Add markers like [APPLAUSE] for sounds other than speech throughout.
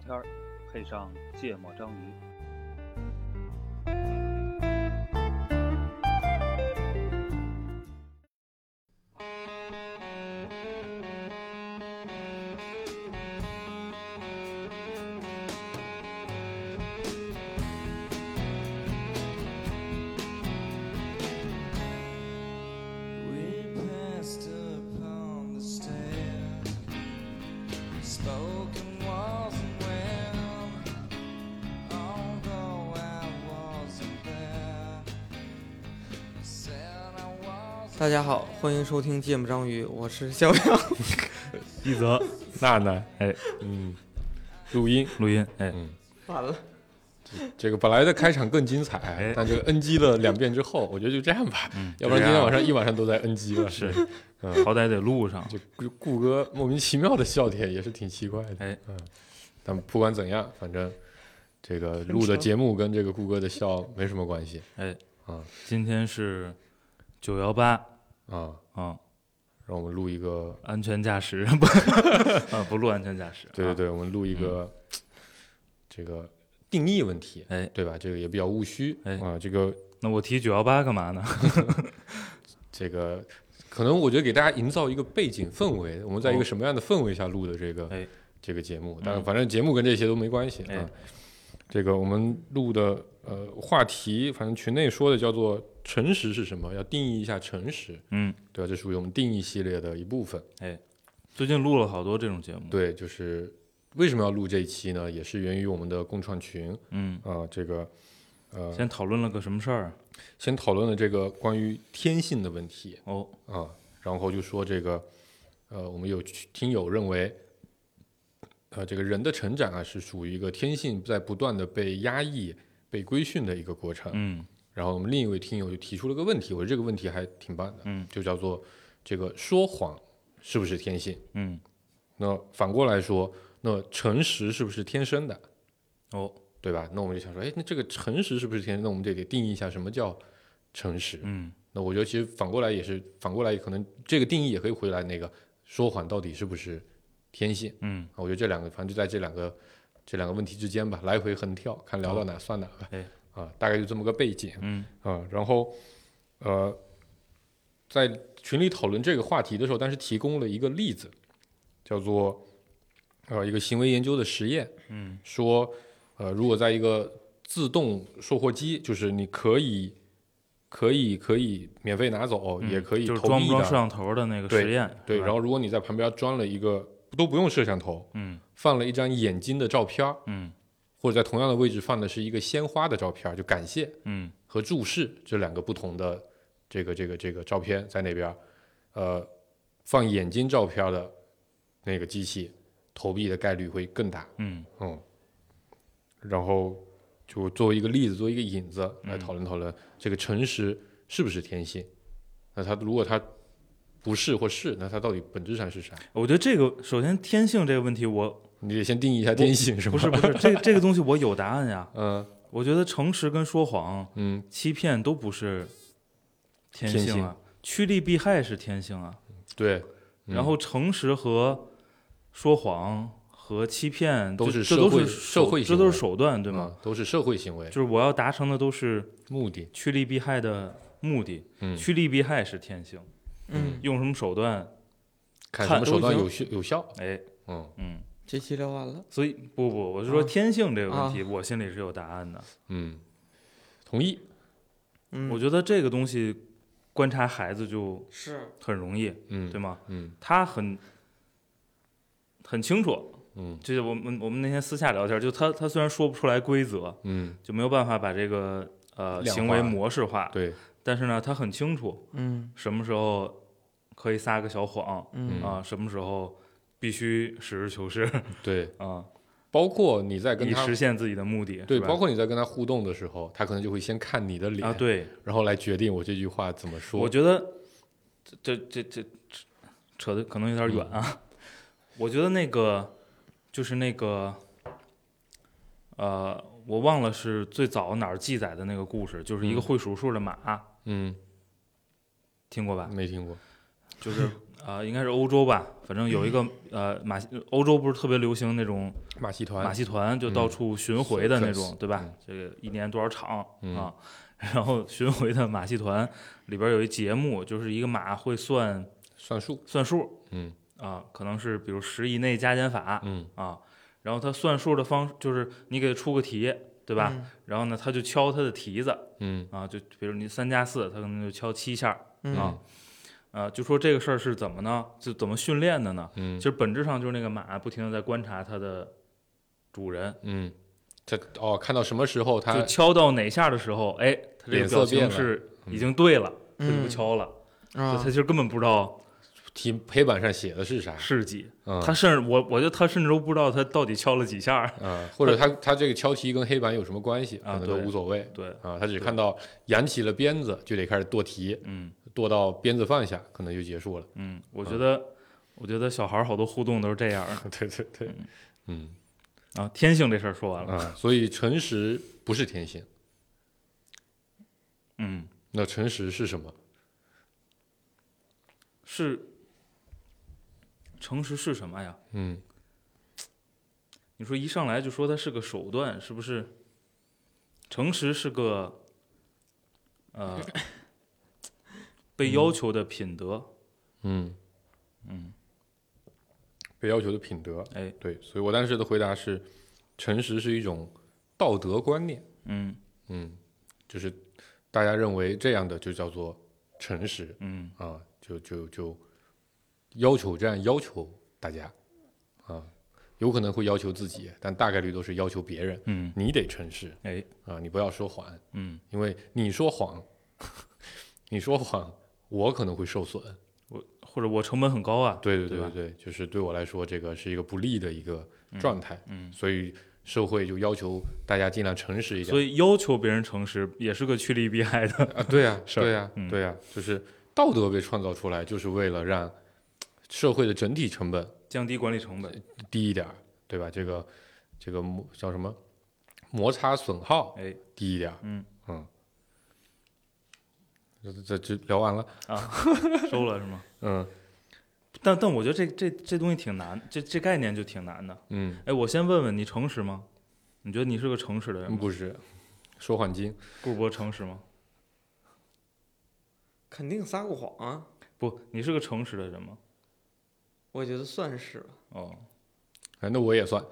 片儿，配上芥末章鱼。 We passed upon the stair. Spoken wasn't well, although I wasn't there. Said I was 大家好，欢迎收听《芥末章鱼》，我是逍 [LAUGHS] 遥。一泽娜娜，哎，嗯，录音， [LAUGHS] 嗯录音，哎，完了，这个本来的开场更精彩哎，但这个 NG 了两遍之后，我觉得就这样吧，嗯要不然今天晚上上一晚上都在 NG 了。是，嗯，好歹得录上。 [LAUGHS] 就顾顾哥莫名其妙的笑点也是挺奇怪的。哎，嗯，但不管怎样，反正这个录的节目跟这个顾哥的笑没什么关系哎，啊今天是九幺八啊，啊，让我们录一个，安全驾驶不 [LAUGHS] 啊，不录安全驾驶。啊对对对，我们录一个这个定义问题，嗯对，哎，对吧？这个也比较务虚哎啊，这个那我提九幺八干嘛呢？这个可能我觉得给大家营造一个背景氛围，我们在一哦个什么样的氛围下录的这个、哎这个节目嗯，但是反正节目跟这些都没关系、哎啊。这个我们录的呃话题，反正群内说的叫做诚实是什么，要定义一下诚实，嗯，对吧？这属于我们定义系列的一部分。最近录了好多这种节目。，对，就是为什么要录这一期呢？也是源于我们的共创群嗯，啊、这个呃先讨论了个什么事儿？先讨论了这个关于天性的问题。哦，啊，然后就说这个，呃，我们有听友认为，呃，这个人的成长啊是属于一个天性在不断的被压抑、被规训的一个过程。嗯然后我们另一位听友就提出了个问题，我觉得这个问题还挺棒的，嗯就叫做这个说谎是不是天性？嗯，那反过来说，那诚实是不是天生的？哦，对吧？那我们就想说，哎，那这个诚实是不是天生？那我们得得定义一下什么叫诚实。嗯那我觉得其实反过来也是，反过来可能这个定义也可以回来那个说谎到底是不是天性嗯，啊？我觉得这两个反正就在这两个这两个问题之间吧，来回横跳，看聊到哪算哪吧。哎啊，大概就这么个背景。嗯啊，然后呃，在群里讨论这个话题的时候，当时提供了一个例子，叫做呃一个行为研究的实验。嗯，说呃如果在一个自动售货机，就是你可以。可以可以免费拿走，也嗯可以就是投装不币装的，摄像头的那个对实验。对。是吧然后如果你在旁边装了一个都不用摄像头，嗯放了一张眼睛的照片儿，嗯或者在同样的位置放的是一个鲜花的照片儿，就感谢，嗯和注视这两个不同的这个这个这个照片在那边儿，呃，放眼睛照片的那个机器投币的概率会更大，嗯嗯，然后就作为一个例子，作为一个引子来嗯讨论讨论这个诚实是不是天性？那它如果它不是或是，那它到底本质上是啥？我觉得这个首先天性这个问题我，你得先定义一下天性是吗？不是，不是，这这个东西我有答案呀。 [LAUGHS] 嗯我觉得诚实跟说谎、嗯，欺骗都不是天天性啊，趋利避害是天性啊。对，嗯然后诚实和说谎和欺骗都这是这社都会是社手会这行都为是手段，对吗？嗯都是社会行为就是我要达成的都是目的，趋利避害的目的，嗯，趋利避害是天性，嗯，用什么手段？看什看么都手段行有效有效，哎，嗯。嗯，这期聊完了，所以不不，我是说啊天性这个问题，我心里是有答案的。嗯，同意。嗯，我觉得这个东西观察孩子就是很容易，嗯，对吗？嗯他很很清楚，嗯就是我们我们那天私下聊天，就他他虽然说不出来规则，嗯，就没有办法把这个呃量化行为模式化，对，但是呢，他很清楚嗯什么时候可以撒个小谎、嗯啊，什么时候必须实事求是对，啊，包括你在嗯跟以他实现自己的目的，对，是吧包括你在跟他互动的时候，他可能就会先看你的脸，啊，对，然后来决定我这句话怎么说。我觉得这这这这扯的可能有点远啊。嗯 [LAUGHS] 我觉得那个就是那个呃，我忘了是最早哪儿记载的那个故事，就是一个嗯会数数的马，嗯，听过吧？没听过。 [LAUGHS] 就是呃，应该是欧洲吧，反正有一嗯个呃马戏，欧洲不是特别流行那种马戏团，马戏团，就嗯到处巡回的那种， circus，对吧嗯？这个一年多少场嗯啊？ [LAUGHS] 然后巡回的马戏团里边有一节目，就是一个马会算算术，算数嗯啊，可能是比如十以内加减法嗯啊，然后他算数的方就是你给他出个题，对吧？嗯然后呢，他就敲他的蹄子嗯啊，就比如你三加四，他可能就敲七下儿嗯啊，呃，就说这个事儿是怎么呢？就怎么训练的呢？嗯其实本质上就是那个马不停的在观察它的主人，嗯，这哦，看到什么时候就他敲到哪下的时候，哎，它这个脸色表情变了嗯是已经对了，它就嗯不敲了，就啊它其实根本不知道题黑板上写的是啥？是几，嗯它甚至我我觉得它甚至都不知道它到底敲了几下儿，啊，或者他他这个敲题跟黑板有什么关系，可啊能都对无所谓对，啊，他只对看到扬起了鞭子就得开始剁题，嗯剁到鞭子犯下，可能就结束了。嗯，我觉得、我觉得小孩儿好多互动都是这样儿 [LAUGHS] 对对对，嗯的啊。天性这事儿说完了，啊，所以诚实不是天性，嗯，那诚实是什么？是诚实是什么呀？嗯你说一上来就说它是个手段，是不是？诚实是个，呃，被要求的品德。嗯嗯，被要求的品德，哎，对，所以我当时的回答是，诚实是一种道德观念，嗯嗯，就是大家认为这样的就叫做诚实，嗯啊，就就就要求这样要求大家啊，有可能会要求自己，但大概率都是要求别人。嗯，你得诚实哎，啊，你不要说谎，嗯，因为你说谎， [LAUGHS] 你说谎，我可能会受损。或者我成本很高啊。对对对对吧对，就是对我来说，这个是一个不利的一个状态，嗯，所以社会就要求大家尽量诚实一点。所以要求别人诚实也是个趋利避害的。 [LAUGHS] 啊，对呀，事儿对呀，嗯对呀，就是道德被创造出来，就是为了让社会的整体成本降低管理成 [LAUGHS] 本。低一点，儿，对吧？这个这个摩叫什么摩擦损耗哎，低一点，儿，嗯嗯，这这这聊完了，收了是吗？嗯但但我觉得这这这东西挺难，这这概念就挺难的。嗯，哎，我先问问你，诚实吗？你觉得你是个诚实的人吗？不是嗯说谎精，顾博诚实吗？肯定撒过谎啊，不，你是个诚实的人吗？我觉得算是吧。哦，哎，那我也算。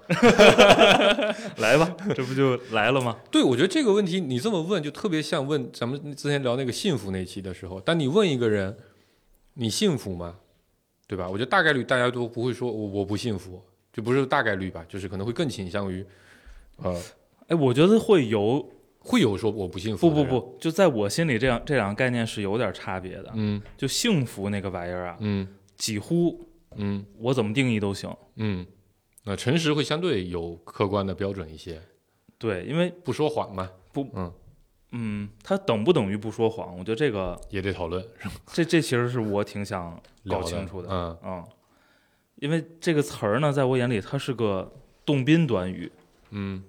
来吧，这不就来了吗？对，我觉得这个问题你这么问，就特别像问咱们之前聊那个幸福那期的时候，当你问一个人你幸福吗？对吧？我觉得大概率大家都不会说我我不幸福，就不是大概率吧，就是可能会更倾向于，呃， [LAUGHS] 哎，我觉得会有，会有说我不幸福。不不，不，就在我心里，这样这两个概念是有点差别的。嗯就幸福那个玩意儿啊，嗯。几乎嗯我怎么定义都行。嗯，那诚实会相对有客观的标准一些，对，因为不说谎嘛，嗯，它等不等于不说谎？我觉得这个也得讨论这这其实是我挺想聊搞的清楚的。嗯嗯，因为这个词儿呢，在我眼里它是个动宾短语，嗯，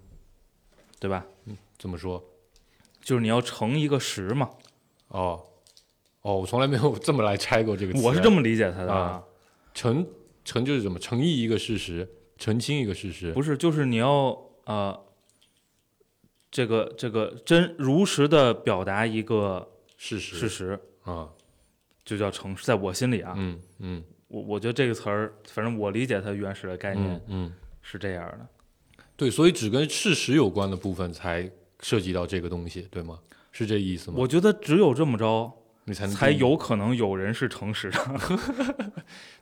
对吧？怎么说？就是你要乘一个十嘛，哦哦，我从来没有这么来拆过这个词。我是这么理解它的啊。澄澄就是什么？诚意一个事实，澄清一个事实。不是，就是你要呃，这个这个真如实的表达一个事实事实，啊，就叫诚实。在我心里啊，嗯嗯我我觉得这个词儿，反正我理解它原始的概念嗯嗯，是这样的。对，所以只跟事实有关的部分才涉及到这个东西，对吗？是这意思吗？我觉得只有这么着，你才能才嗯定义有可能有人是诚实的， [LAUGHS]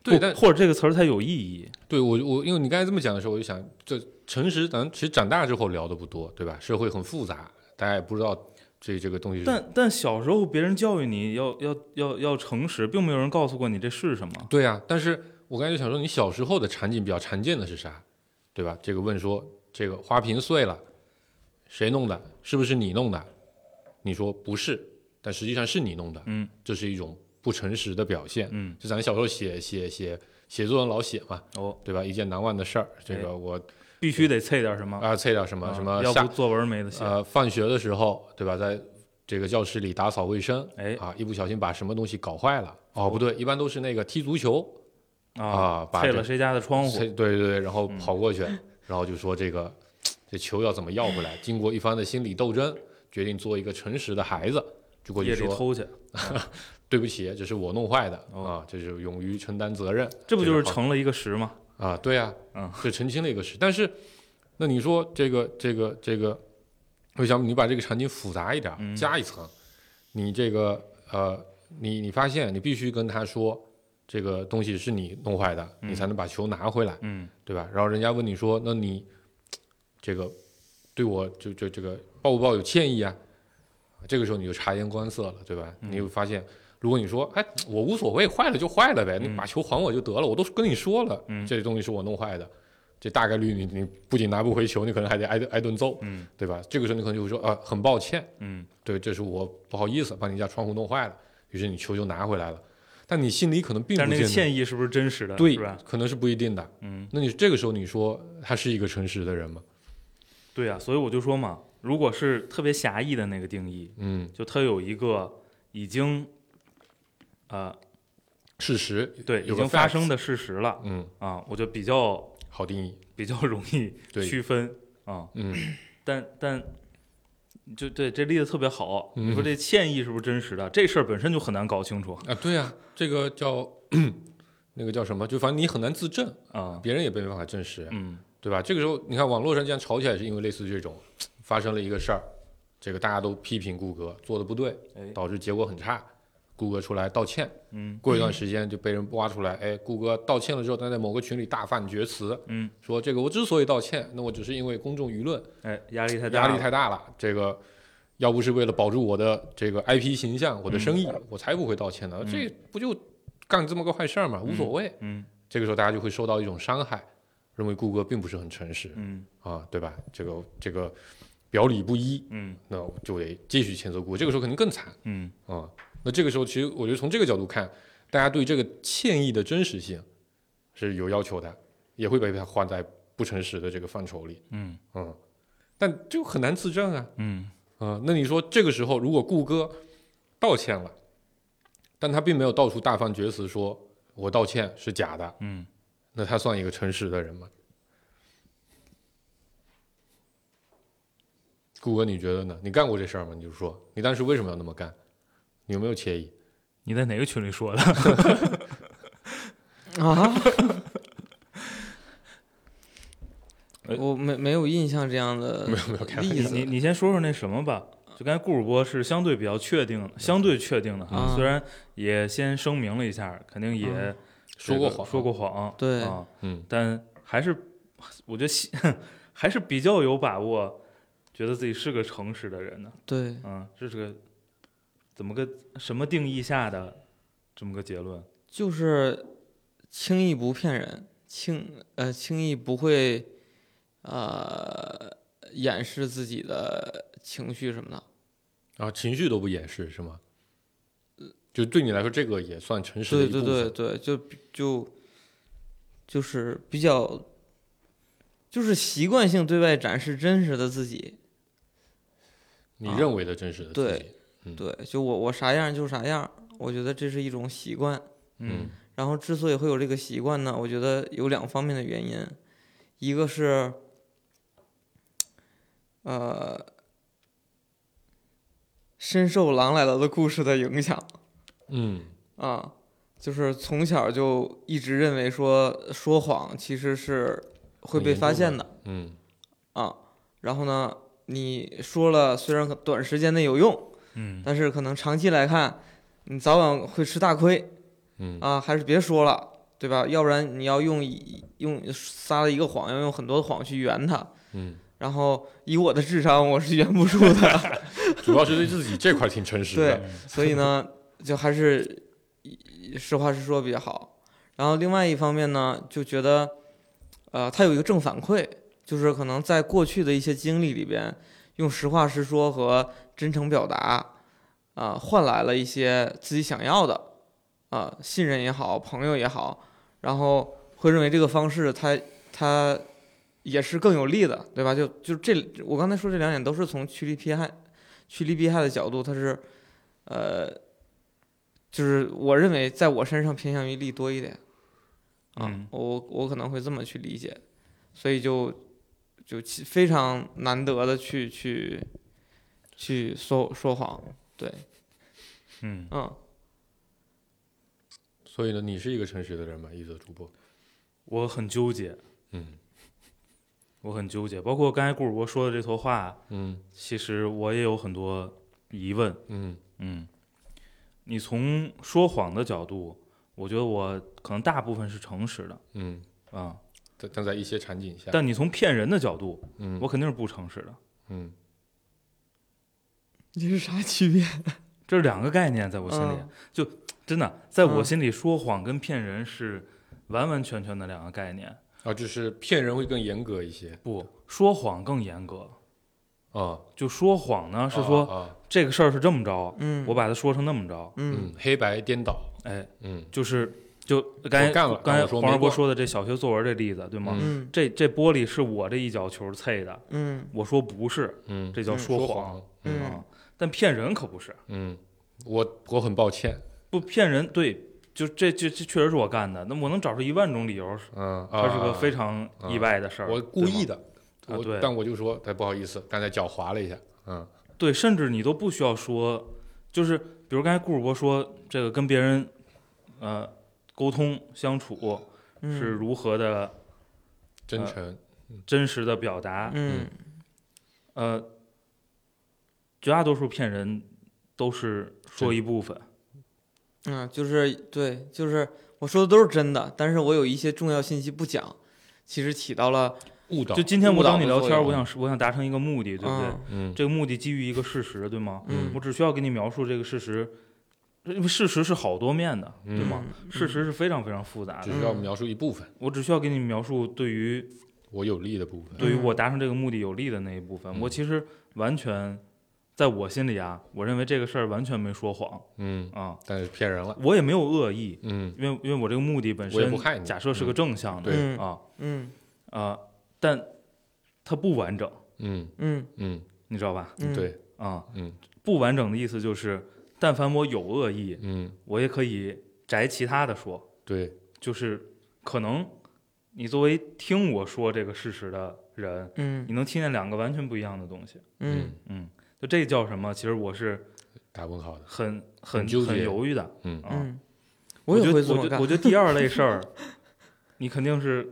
对，不但或者这个词儿才有意义。对我我，因为你刚才这么讲的时候，我就想，这诚实，咱其实长大之后聊的不多，对吧？社会很复杂，大家也不知道这这个东西是。但但小时候别人教育你要要要要诚实，并没有人告诉过你这是什么。对呀、但是我刚才就想说，你小时候的场景比较常见的是啥，对吧？这个问说这个花瓶碎了，谁弄的？是不是你弄的？你说不是，但实际上是你弄的，嗯，这是一种不诚实的表现。嗯，就咱小时候写写写写作文老写嘛，哦，对吧？一件难忘的事儿，这哎个我必须得测点什么。啊，测点什么啊什么要下不作文没得写。呃，放学的时候，对吧，在这个教室里打扫卫生，哎啊，一不小心把什么东西搞坏了，哦，不对，一般都是那个踢足球啊把碎这了谁家的窗户谁，对对对，然后嗯跑过去，然后就说这个这球要怎么要回来。经过一番的心理斗争，决定做一个诚实的孩子，就过去夜里说偷去，对不起，这是我弄坏的、哦啊，这是勇于承担责任。这不就是好成了一个十吗？啊？对啊，嗯，这澄清了一个事。但是，那你说这个这个这个，我想你把这个场景复杂一点，嗯加一层，你这个呃，你你发现你必须跟他说。这个东西是你弄坏的，你嗯才能把球拿回来。嗯对吧？然后人家问你说，那你这个对我就就这个抱不抱有歉意啊？这个时候你就察言观色了，对吧？嗯你会发现，如果你说，哎，我无所谓，坏了就坏了呗，你嗯把球还我就得了，我都跟你说了，嗯这东西是我弄坏的，这大概率你你不仅拿不回球，你可能还得挨顿挨顿揍，嗯对吧？这个时候你可能就会说，啊，很抱歉，嗯对，这是我不好意思把你家窗户弄坏了，于是你球就拿回来了，但你心里可能并但不是那个见得歉意是不是真实的？对是吧？，可能是不一定的。嗯，那你这个时候你说他是一个诚实的人吗？对啊呀、所以我就说嘛，如果是特别狭义的那个定义，嗯，就它有一个已经，呃，事实对，已有个经发 fact 生的事实了嗯，啊，我就比较好定义，比较容易对区分啊。嗯，但但就对这例子特别好，嗯你说这歉意是不是真实的？这事儿本身就很难搞清楚啊，对啊，这个叫 [CLEARS THROAT] 那个叫什么？就反正你很难自证，啊。别人也没办法证实，嗯对吧？这个时候你看网络上这样吵起来，是因为类似这种发生了一个事儿，这个大家都批评谷歌做的不对哎，导致结果很差。谷歌出来道歉，嗯过一段时间就被人挖出来。哎，谷歌道歉了之后，他在某个群里大放厥词，嗯，说这个我之所以道歉，那我只是因为公众舆论哎，压力太大压了，力太大了。这个要不是为了保住我的这个 IP 形象、我的生意，我才不会道歉呢。嗯这不就干这么个坏事儿嘛，无所谓。嗯这个时候大家就会受到一种伤害，认为顾哥并不是很诚实嗯啊，对吧？这个这个表里不一，嗯那我就得继续谴责顾哥。这个时候肯定更惨嗯啊。那这个时候，其实我觉得从这个角度看，大家对这个歉意的真实性是有要求的，也会被它划在不诚实的这个范畴里。嗯嗯，但就很难自证啊。嗯啊、那你说这个时候如果顾哥道歉了，但他并没有到处大放厥词说我道歉是假的，嗯，那他算一个诚实的人吗？顾哥，你觉得呢？你干过这事儿吗？你就说，你当时为什么要那么干？你有没有惬意？你在哪个群里说的？啊 [LAUGHS] 哎？我没没有印象这样的没有没有开玩例你你子你先说说那什么吧。就刚才顾主播是相对比较确定的，相对确定的哈，啊嗯虽然也先声明了一下，肯定也嗯说过谎，说过谎，对啊，嗯，但还是我觉得西 [LAUGHS] 还是比较有把握，觉得自己是个诚实的人的，对，嗯，这是个怎么个什么定义下的这么个结论？就是轻易不骗人，轻呃轻易不会呃掩饰自己的情绪什么的。然后啊情绪都不掩饰是吗？就对你来说，这个也算诚实的对一部对分。对对，就就就是比较，就是习惯性对外展示真实的自己。你啊认为的真实的自己，对对，就我我啥样就啥样，我觉得这是一种习惯。嗯然后之所以会有这个习惯呢，我觉得有两方面的原因，一个是，呃，深受《狼来了》的故事的影响嗯啊，就是从小就一直认为说说谎其实是会被发现的嗯，啊，然后呢，你说了虽然短时间内有用，嗯但是可能长期来看，你早晚会吃大亏。嗯啊，还是别说了，对吧？要不然你要用一用撒了一个谎，要用很多谎去圆它。嗯，然后以我的智商，我是圆不住的，主要是对自己这块儿挺诚实的。对所以呢， [LAUGHS] 就还是以实话实说比较好。然后另外一方面呢，就觉得，呃，它有一个正反馈，就是可能在过去的一些经历里边，用实话实说和真诚表达，啊、换来了一些自己想要的，啊、信任也好，朋友也好，然后会认为这个方式它它也是更有利的，对吧？就就这，我刚才说这两点都是从趋利避害、趋利避害的角度，它是呃就是我认为在我身上偏向于利多一点，啊，嗯我我可能会这么去理解，所以就就其非常难得的去去去说说谎，对，嗯，嗯，所以呢，你是一个诚实的人嘛，一则主播，我很纠结，嗯我很纠结。包括刚才顾主播说的这头话，嗯其实我也有很多疑问。嗯嗯，你从说谎的角度，我觉得我可能大部分是诚实的嗯，啊、但但在一些场景下，但你从骗人的角度，嗯我肯定是不诚实的。嗯这是啥区别？这是两个概念，在我心里，嗯就真的在我嗯心里，说谎跟骗人是完完全全的两个概念。啊，就是骗人会更严格一些不说谎更严格，啊，就说谎呢是说、啊啊这个事儿是这么着，嗯，我把它说成那么着，嗯嗯黑白颠倒，哎，嗯就是就刚才我干了刚才我说黄没二波过说的这小学作文这例子对吗？嗯这这玻璃是我这一脚球碎的，嗯我说不是，嗯，这叫嗯说谎。嗯嗯啊但骗人可不是，嗯，我我很抱歉，不骗人对，就这这这确实是我干的，那我能找出一万种理由，嗯，它是个非常常意外的事儿、啊我故意的，对吗啊我对但我就说，哎，不好意思，刚才脚滑了一下，嗯对，甚至你都不需要说，就是比如刚才顾主播说这个跟别人，呃，沟通相处嗯是如何的真啊诚，真实的表达，嗯呃，绝大多数骗人都是说一部分，嗯，就是对，就是我说的都是真的，但是我有一些重要信息不讲，其实起到了误导就，今天我找你误导聊的作天，用我想是我想达成一个目的，对不对？嗯嗯这个目的基于一个事实，对吗？嗯我只需要给你描述这个事实，因为事实是好多面的，嗯对吗？嗯事实是非常非常复杂只的，需要描述一部分，我只需要给你描述对于我有利的部嗯分，对于我达成这个目的有利的那一部分，嗯我其实完全在我心里啊，我认为这个事儿完全没说谎嗯，啊，但是骗人了，我也没有恶意，嗯因为因为我这个目的本我也不害身你假设是个正向的、嗯啊嗯啊，但它不完整，嗯嗯嗯，你知道吧？嗯，对，啊，嗯不完整的意思就是，但凡我有恶意，嗯我也可以摘其他的说，对，嗯就是可能你作为听我说这个事实的人，嗯你能听见两个完全不一样的东西。嗯，嗯，就这叫什么？其实我是打问号的，很很很纠结很犹豫的。嗯啊，嗯，我也觉得会这我么觉得干我。觉得第二类 [LAUGHS] 事儿，你肯定是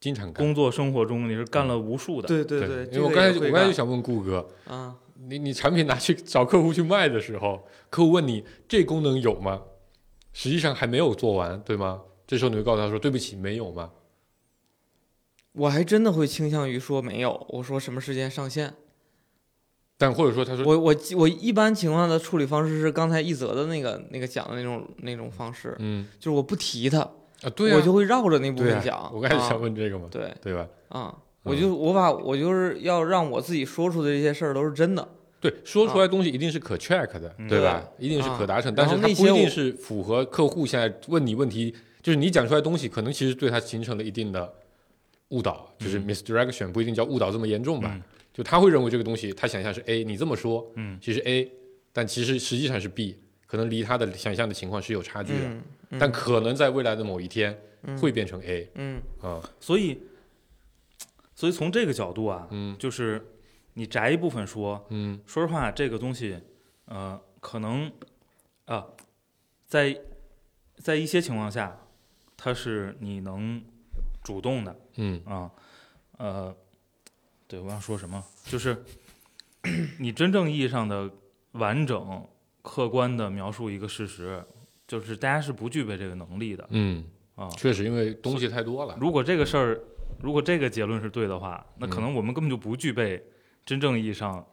经常干。工作生活中你是干了无数的。对对对，因为我刚才就我刚才就想问顾哥，想啊，你你产品拿去找客户去卖的时候，客户问你这功能有吗？实际上还没有做完，对吗？这时候你会告诉他说对不起，没有吗？我还真的会倾向于说没有，我说什么时间上线？但或者说他说我我我一般情况的处理方式是刚才一泽的那个那个讲的那种那种方式，嗯就是我不提它，啊对啊，我就会绕着那部对分啊讲。我刚才就啊想问这个嘛，对对吧？啊，我就我把我就是要让我自己说出的这些事儿都是真的。对，说出来的东西一定是可 check 的，嗯对吧？一定是可达成，啊但是然它后不那些一我定是符合客户现在问你问题，就是你讲出来的东西，可能其实对他形成了一定的误导，就是 misdirection，、不一定叫误导这么严重吧？嗯就他会认为这个东西，他想象是 A，你这么说，嗯，其实 A，但其实实际上是 B，可能离他的想象的情况是有差距的，嗯嗯但可能在未来的某一天嗯会变成 A 嗯啊、所以，所以从这个角度啊，嗯就是你摘一部分说，嗯说实话，这个东西，呃，可能啊，在在一些情况下，它是你能主动的嗯啊，呃，对我想说什么，就是 [COUGHS] 你真正意义上的完整、客观的描述一个事实，就是大家是不具备这个能力的嗯，啊。确实，因为东西太多了，如果这个事儿，如果这个结论是对的话，那嗯可能我们根本就不具备真正意义上，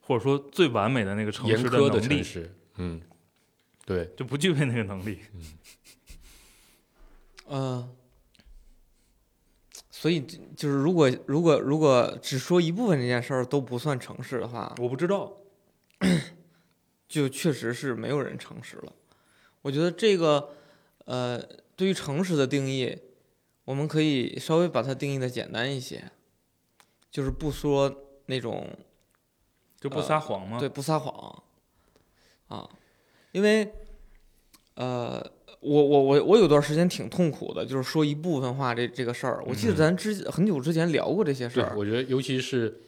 或者说最完美的那个城严市苛的能力城，市，嗯，对。就不具备那个能力。呃，所以这就是如果如果如果只说一部分这件事儿都不算诚实的啊话，我不知道，就确实是没有人诚实了。我觉得这个呃，对于诚实的定义，我们可以稍微把它定义的简单一些，就是不说那种呃就不撒谎吗？对，不撒谎啊，因为呃，我我我我有段时间挺痛苦的，就是说一部分话这这个事儿。我记得嗯咱之很久之前聊过这些事对儿，，我觉得尤其是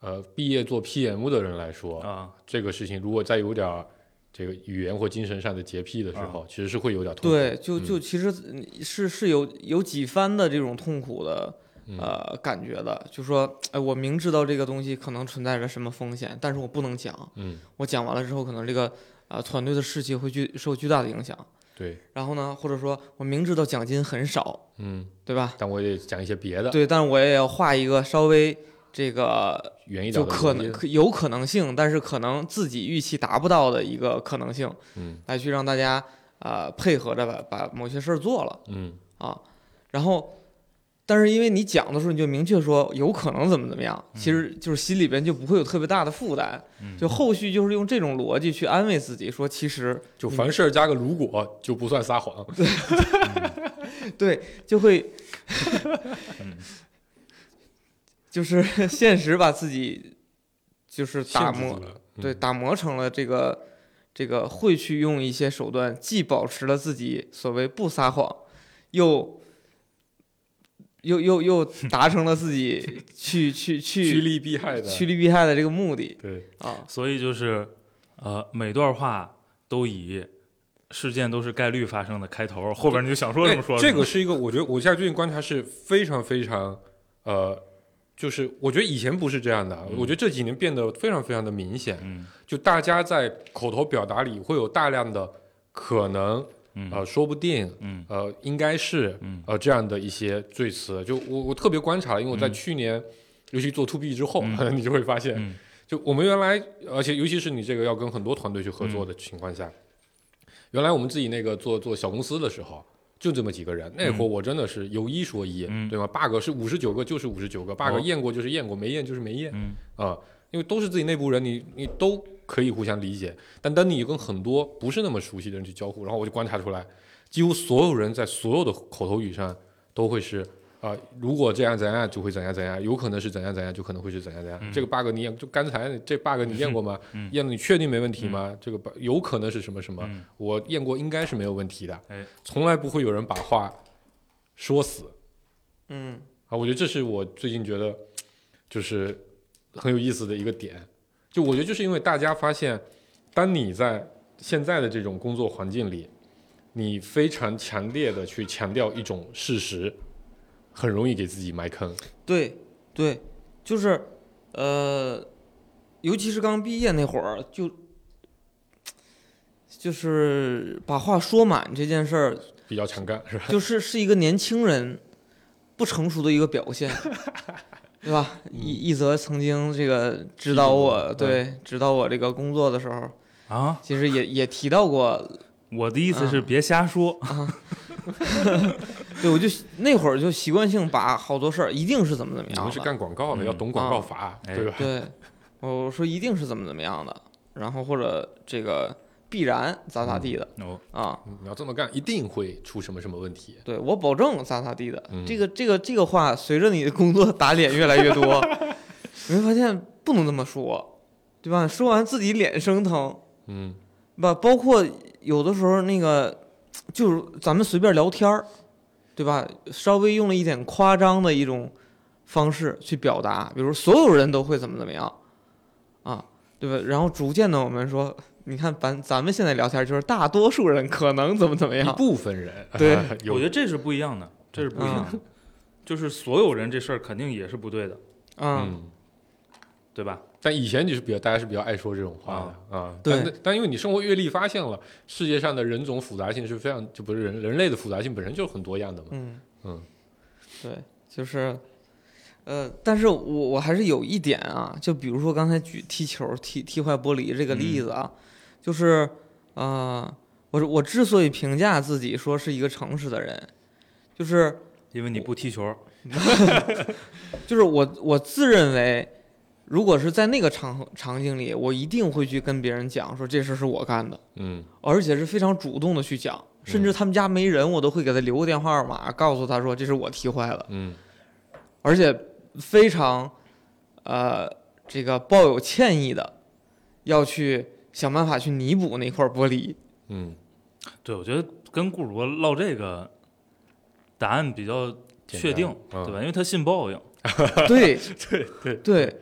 呃毕业做 PM 的人来说，啊，这个事情如果再有点儿这个语言或精神上的洁癖的时候，其实是会有点痛苦。啊对，就嗯就其实你是是有有几番的这种痛苦的嗯呃感觉的，就说哎，我明知道这个东西可能存在着什么风险，但是我不能讲，嗯，我讲完了之后，可能这个啊、呃团队的士气会巨受巨大的影响。对，然后呢，或者说我明知道奖金很少，嗯，对吧？但我也讲一些别的对，但我也要画一个稍微这个远一点就的可东西能可有可能性，但是可能自己预期达不到的一个可能性，嗯来去让大家呃配合着把把某些事儿做了嗯啊。然后，但是因为你讲的时候你就明确说有可能怎么怎么样，其实嗯就是心里边就不会有特别大的负担，嗯就后续就是用这种逻辑去安慰自己，说其实就凡事加个如果就不算撒谎。对，就会嗯，就是 [LAUGHS] 现实把自己就是打限制磨住，了，对，嗯打磨成了这个这个会去用一些手段，既保持了自己所谓不撒谎，又又又又达成了自己 [LAUGHS] 去去趋去利避害的，趋利避害的这个目的对，啊，所以就是呃，每段话都以事件都是概率发生的开头，后边你就想说什么哎说什么。这个是一个，我觉得我现在最近观察是非常非常，呃，就是我觉得以前不是这样的，啊嗯我觉得这几年变得非常非常的明显，嗯就大家在口头表达里会有大量的可能，嗯呃，说不定，嗯呃，应该是，嗯呃，这样的一些罪词，就我我特别观察了，因为我在嗯去年，尤其做 to B 之后，嗯 [LAUGHS] 你就会发现，嗯就我们原来，而且尤其是你这个要跟很多团队去合作嗯的情况下，原来我们自己那个做做小公司的时候，就这么几个人，那会儿我真的是有一说一，嗯对吗？bug 是五十九个就是五十九个，bug 哦验过就是验过，没验就是没验嗯啊、因为都是自己内部人，你你都可以互相理解。但当你跟很多不是那么熟悉的人去交互，然后我就观察出来，几乎所有人在所有的口头语上都会是。啊、如果这样怎样就会怎样怎样，有可能是怎样怎样，就可能会是怎样怎样。这个 bug 你验，就刚才这 bug 你验过吗？嗯验了你确定没问题吗？这个 bug 有可能是什么什么？嗯我验过，应该是没有问题的。哎从来不会有人把话说死嗯，啊！我觉得这是我最近觉得就是很有意思的一个点。就我觉得，就是因为大家发现，当你在现在的这种工作环境里，你非常强烈的去强调一种事实，很容易给自己埋坑。对对，就是呃，尤其是刚毕业那会儿就。就是把话说满这件事儿，比较强干 [LAUGHS] 是吧？就是是一个年轻人不成熟的一个表现，对吧？一嗯一泽曾经这个指导我，提醒我对指导我这个工作的时候，啊，其实也也提到过，我的意思是别瞎说。啊 [LAUGHS] 对我就那会儿就习惯性把好多事儿一定是怎么怎么你们样是的，干广告的，嗯要懂广告法，哎 [LAUGHS] 对吧？对，我说一定是怎么怎么样的，然后或者这个必然咋咋地的哦，啊，嗯你要这么干，一定会出什么什么问哎题。对我保证咋咋地的，嗯这个这个这个话随着你的工作打脸越来越 [LAUGHS] 多，你会发现不能这么说，对吧？说完自己脸生疼，嗯吧，包括有的时候那个就是咱们随便聊天儿，对吧？稍微用了一点夸张的一种方式去表达，比如所有人都会怎么怎么样啊，对吧？然后逐渐的我们说，你看咱咱们现在聊天就是大多数人可能怎么怎么一样，部分人 [LAUGHS] [LAUGHS] 对有嗯我觉得这是不一样的，这是不一样的。就是所有人这事儿肯定也是不对的，嗯，嗯，对吧？但以前你是比较大家是比较爱说这种话的啊，对但但因为你生活阅历发现了世界上的人种复杂性是非常就不是人人类的复杂性本身就是很多样的嘛，嗯，嗯，对，就是，呃，但是我我还是有一点啊，就比如说刚才举踢球踢踢坏玻璃这个例子嗯啊，就是啊、呃，我我之所以评价自己说是一个诚实的人，就是因为你不踢球，就是我我自认为。如果是在那个场合场景里，我一定会去跟别人讲说这事是我干的，嗯而且是非常主动的去讲，甚至他们家没人，我都会给他留个电话号码，告诉他说这是我踢坏了。嗯而且非常呃这个抱有歉意的要去想办法去弥补那块玻璃嗯，对，我觉得跟顾主播唠这个答案比较简单确定，嗯对吧？因为他信报应，对对对对，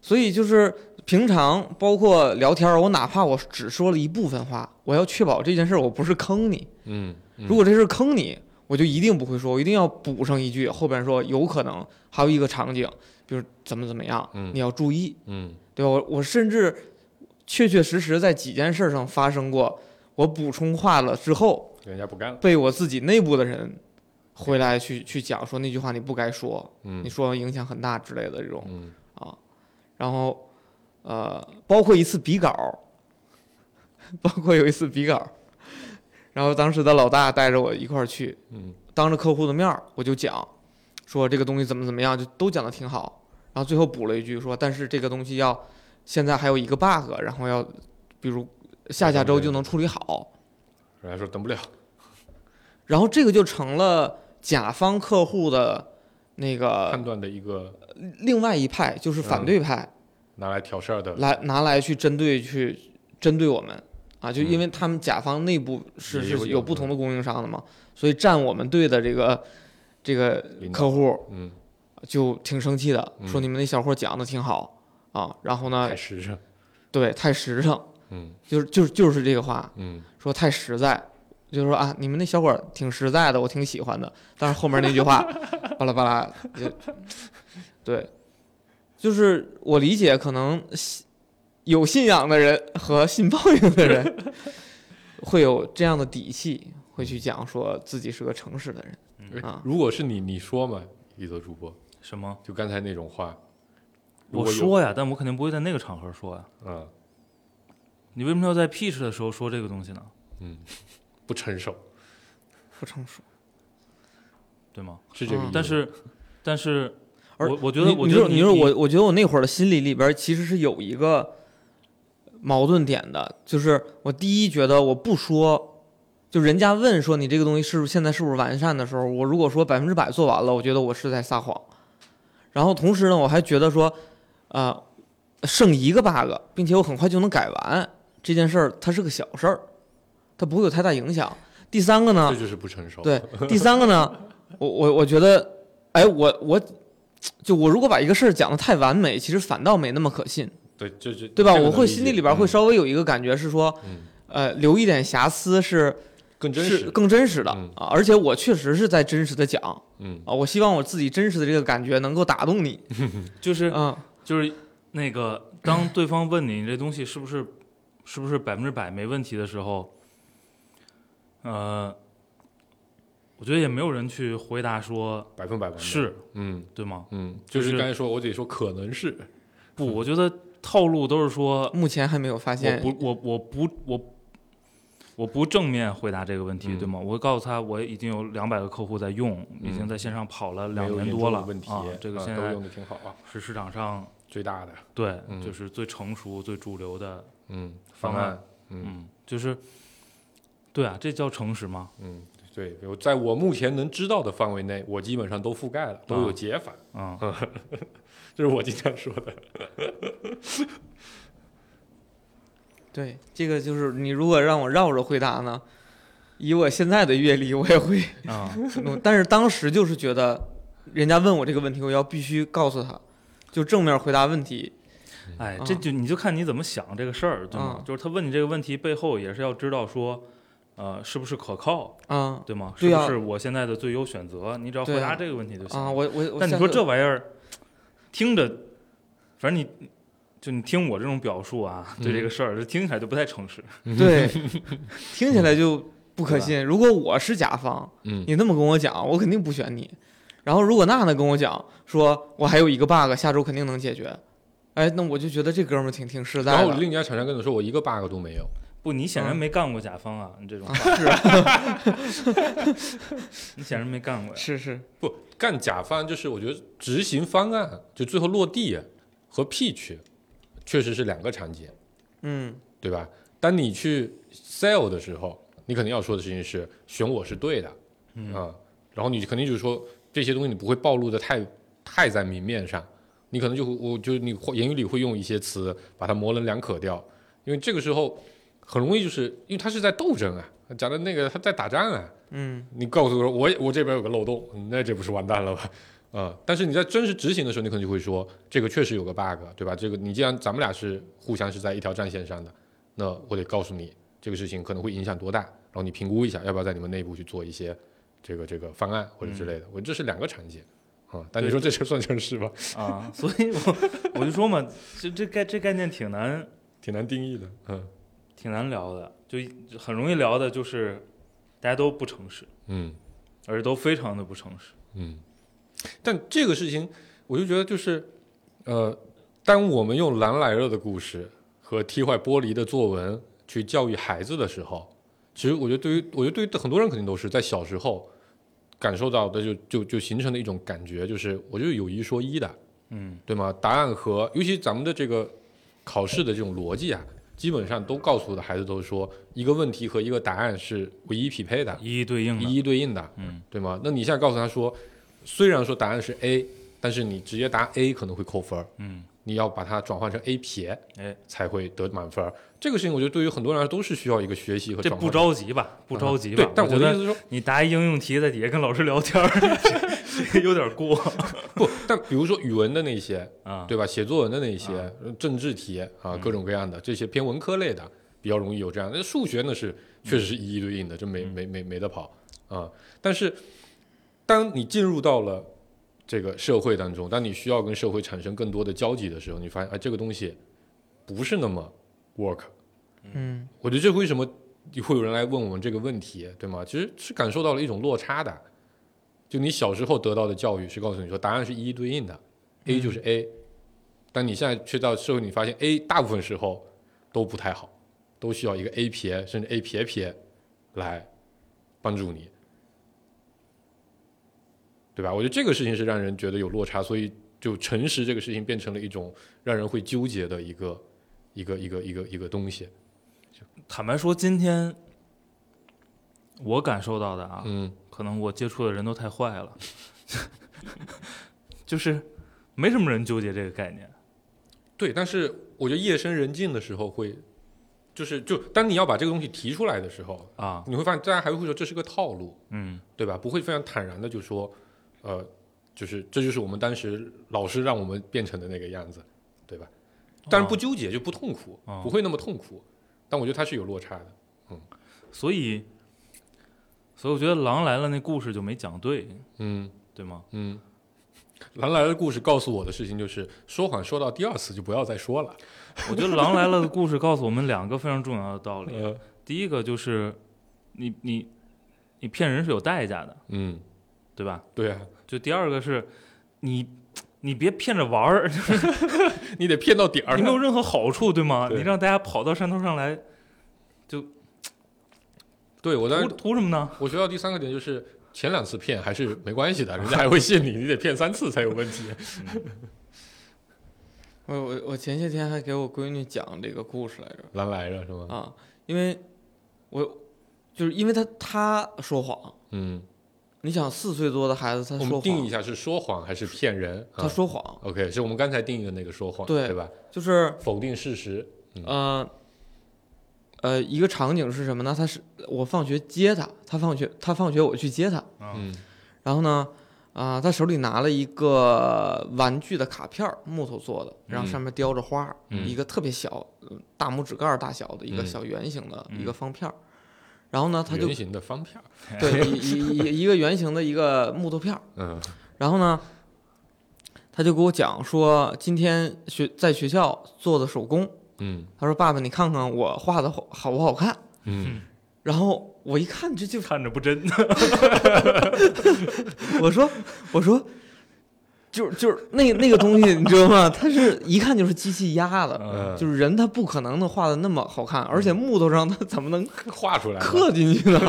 所以就是平常包括聊天儿，我哪怕我只说了一部分话，我要确保这件事儿我不是坑你。嗯，嗯如果这事儿坑你，我就一定不会说，我一定要补上一句，后边说有可能还有一个场景，比如怎么怎么样，嗯你要注意，嗯对吧？我我甚至确确实实在几件事儿上发生过，我补充话了之后，人家不干了，被我自己内部的人回来去去讲说那句话你不该说，嗯你说完影响很大之类的这种。嗯，然后呃，包括一次比稿， [LAUGHS] 包括有一次比稿，然后当时的老大带着我一块儿去，嗯，当着客户的面儿我就讲，说这个东西怎么怎么样，就都讲的挺好，然后最后补了一句说，但是这个东西要现在还有一个 bug，然后要比如下下周就能处理好，人家说等不了，然后这个就成了甲方客户的那判个断的嗯一个另外一派，就是反对派。拿来挑事儿的，来拿来去针对去针对我们啊，就因为他们甲方内部是嗯也有是有有不同的供应商的嘛，所以站我们队的这个这个领导客户嗯，就挺生气的，嗯说你们那小伙讲的挺好啊，然后呢太，实诚，对，太实诚，嗯就是就是就是这个话，嗯，说太实在。就说啊，你们那小伙儿挺实在的，我挺喜欢的。但是后面那句话，巴拉巴拉，就对，就是我理解，可能信有信仰的人和信报应的人会有这样的底气，会去讲说自己是个诚实的人。哎啊如果是你，你说嘛，一则主播，什么？就刚才那种话，如我果有，说呀，但我肯定不会在那个场合说呀。嗯你为什么要在 pitch 的时候说这个东西呢？嗯，不成熟，不成熟，对吗？嗯是这个意思吗，但是，但是，而我我觉得，你我你觉说得你说我，我觉得我那会儿的心理里边儿其实是有一个矛盾点的，就是我第一觉得我不说，就人家问说你这个东西是不是现在是不是完善的时候，我如果说百分之百做完了，我觉得我是在撒谎。然后同时呢，我还觉得说，啊、剩一个 bug，并且我很快就能改完这件事儿，它是个小事儿，它不会有太大影响。第三个呢这，就是不成熟，啊对， [LAUGHS] 第三个呢，我我我觉得，哎，我我就我如果把一个事儿讲的太完美，其实反倒没那么可信，对，这这对吧？这个我能会理心解里里边会嗯稍微有一个感觉是说，嗯呃，留一点瑕疵是更真是实，更真实的嗯啊，而且我确实是在真实的讲啊，嗯我希望我自己真实的这个感觉能够打动你就是啊，就是那个，当对方问你你这东西是不是是不是百分之百没问题的时候，呃，我觉得也没有人去回答说百分百完美，是嗯对吗？嗯，就是就是刚才说，我得说可能是，不，嗯我觉得套路都是说目前还没有发现我，不，我我不我我不正面回答这个问题，嗯对吗？我告诉他，我已经有两百个客户在用，已经在线上跑了嗯没两有年严多重的了问题啊，这个现都在用的挺好啊，是市场上最大的，对，嗯就是最成熟、最主流的，嗯，方方案案，嗯嗯，就是对啊，这叫诚实吗？嗯，对，我在我目前能知道的范围内，我基本上都覆盖了，都有解法， [LAUGHS] 嗯，这是我经常说的，对，这个就是你如果让我绕着回答呢，以我现在的阅历，我也会啊、我 [LAUGHS] 但是当时就是觉得，人家问我这个问题，我要必须告诉他，就正面回答问题。哎，嗯这就你就看你怎么想这个事儿，对吗？嗯就是他问你这个问题背后也是要知道说，呃，是不是可靠，啊对吗？对是啊不是我现在的最优选择？你只要对回啊答这个问题就行了啊！我我我但你下说次这玩意儿，听着，反正你就你听我这种表述啊，对这嗯个事儿，这听起来就不太诚实。对，听起来就不可信。如果我是甲方，嗯你那么跟我讲，我肯定不选你。然后如果娜娜跟我讲说，我还有一个 bug，下周肯定能解决，哎，那我就觉得这哥们儿挺挺实然在后的。另一家厂商跟我说，我一个 bug 都没有，不，你显然嗯没干过甲方啊，你这种啊，话，是啊你显然没干 [LAUGHS] 过呀。是是，不干甲方就是我觉得执行方案就最后落地和 pitch 确实是两个场景，嗯对吧？当你去 sell 的时候，你肯定要说的事情是选我是对的，嗯啊，然后你肯定就是说这些东西你不会暴露的太太在明面上，你可能就会我就你会言语里会用一些词把它模棱两可掉，因为这个时候很容易就是因为它是在斗争啊，讲的那个他在打仗啊，嗯你告诉我我我这边有个漏洞，那这不是完蛋了吧？ [LAUGHS] 啊、但是你在真实执行的时候，你可能就会说这个确实有个 bug，对吧？这个你既然咱们俩是互相是在一条战线上的，那我得告诉你这个事情可能会影响多大，然后你评估一下要不要在你们内部去做一些这个这个方案或者之类的。我这是两个产业啊、但你说这就算正式吧， [LAUGHS] 啊，所以我我就说嘛，这这概这概念挺难挺难定义的。嗯挺难聊的，就就很容易聊的就是大家都不诚实，嗯而且都非常的不诚实。嗯，但这个事情我就觉得就是呃，当我们用兰莱勒的故事和踢坏玻璃的作文去教育孩子的时候，其实我觉得对于我觉得对于很多人肯定都是在小时候感受到的就就就形成的一种感觉，就是我就是有一说一的，嗯，对吗？答案和尤其咱们的这个考试的这种逻辑啊，基本上都告诉的孩子都是说一个问题和一个答案是唯一匹配的，一一对应的。一一对应的，嗯，对吗？那你现在告诉他说，虽然说答案是 A，但是你直接答 A 可能会扣分儿，嗯，你要把它转换成 A 撇，哎，才会得满分儿。这个事情我觉得对于很多人来说都是需要一个学习和这转不换的。着急吧？不啊着急吧？对，但觉我的意得思是说，你答一应用题，在底下跟老师聊天儿， [LAUGHS] 有点过不，但比如说语文的那些，啊。对吧？写作文的那些、呃啊嗯政治题啊，各种各样的、这些偏文科类的，比较容易有这样。那数学那是确实是一一对应的，这没、嗯没没没得跑啊。但是，当你进入到了这个社会当中，当你需要跟社会产生更多的交集的时候，你发现哎，这个东西不是那么 work。嗯我觉得这为什么会有人来问我们这个问题，对吗？其实是感受到了一种落差的。就你小时候得到的教育是告诉你说答案是一一对应的，A 就是 A，、但你现在去到社会，你发现 A 大部分时候都不太好，都需要一个 A 撇甚至 A 撇撇来帮助你，对吧？我觉得这个事情是让人觉得有落差，所以就诚实这个事情变成了一种让人会纠结的一个一个一个一个一个东西。坦白说，今天我感受到的啊，嗯可能我接触的人都太坏了， [LAUGHS] 就是没什么人纠结这个概念。对，但是我觉得夜深人静的时候会，就是就当你要把这个东西提出来的时候，啊，你会发现大家还会说这是个套路，嗯对吧？不会非常坦然的就说，呃，就是这就是我们当时老师让我们变成的那个样子，对吧？但是不纠结就不痛苦，哦不会那么痛苦。但我觉得它是有落差的，所以，所以我觉得《狼来了》那故事就没讲对，嗯对吗？嗯。兰兰的故事告诉我的事情就是，说谎说到第二次就不要再说了。我觉得《狼来了》的故事告诉我们两个非常重要的道理。呃，第一个就是，你你你骗人是有代价的，嗯，对吧？对啊，就第二个是，你你别骗着玩 [LAUGHS] 儿，你得骗到底儿。你没有任何好处，对吗？对你让大家跑到山头上来，对我当时图图什么呢？我学到第三个点就是，前两次骗还是没关系的，人家还会信你，你得骗三次才有问题。我我我前些天还给我闺女讲这个故事来着狼来了是吗？啊，因为我就是因为她她说谎，嗯，你想四岁多的孩子她我说们定义谎，一下是说谎还是骗人？她啊说谎 OK，是我们刚才定义的那个说谎，对对吧？就是否定事实，呃呃一个场景是什么呢？她是我放学接她，她放学她放学我去接她，啊，嗯然后呢啊、她手里拿了一个玩具的卡片儿，木头做的，然后上面雕着花儿，嗯一个特别小呃大拇指盖儿大小的一个嗯小圆形的、一嗯个方片儿，然后呢她就圆形的方片儿， [LAUGHS] 对，一一一一个圆形的一个木头片儿。嗯然后呢，他就给我讲说，今天学在学校做的手工，嗯他说：“爸爸，你看看我画的好好不好看嗯？”然后我一看，这就看着不真，我说 [LAUGHS] 我说，就是就是那那个东西，你知道吗？它是一看就是机器压的。嗯，就是人他不可能能画的那么好看，而且木头上他怎么能是画出来的。刻进去呢？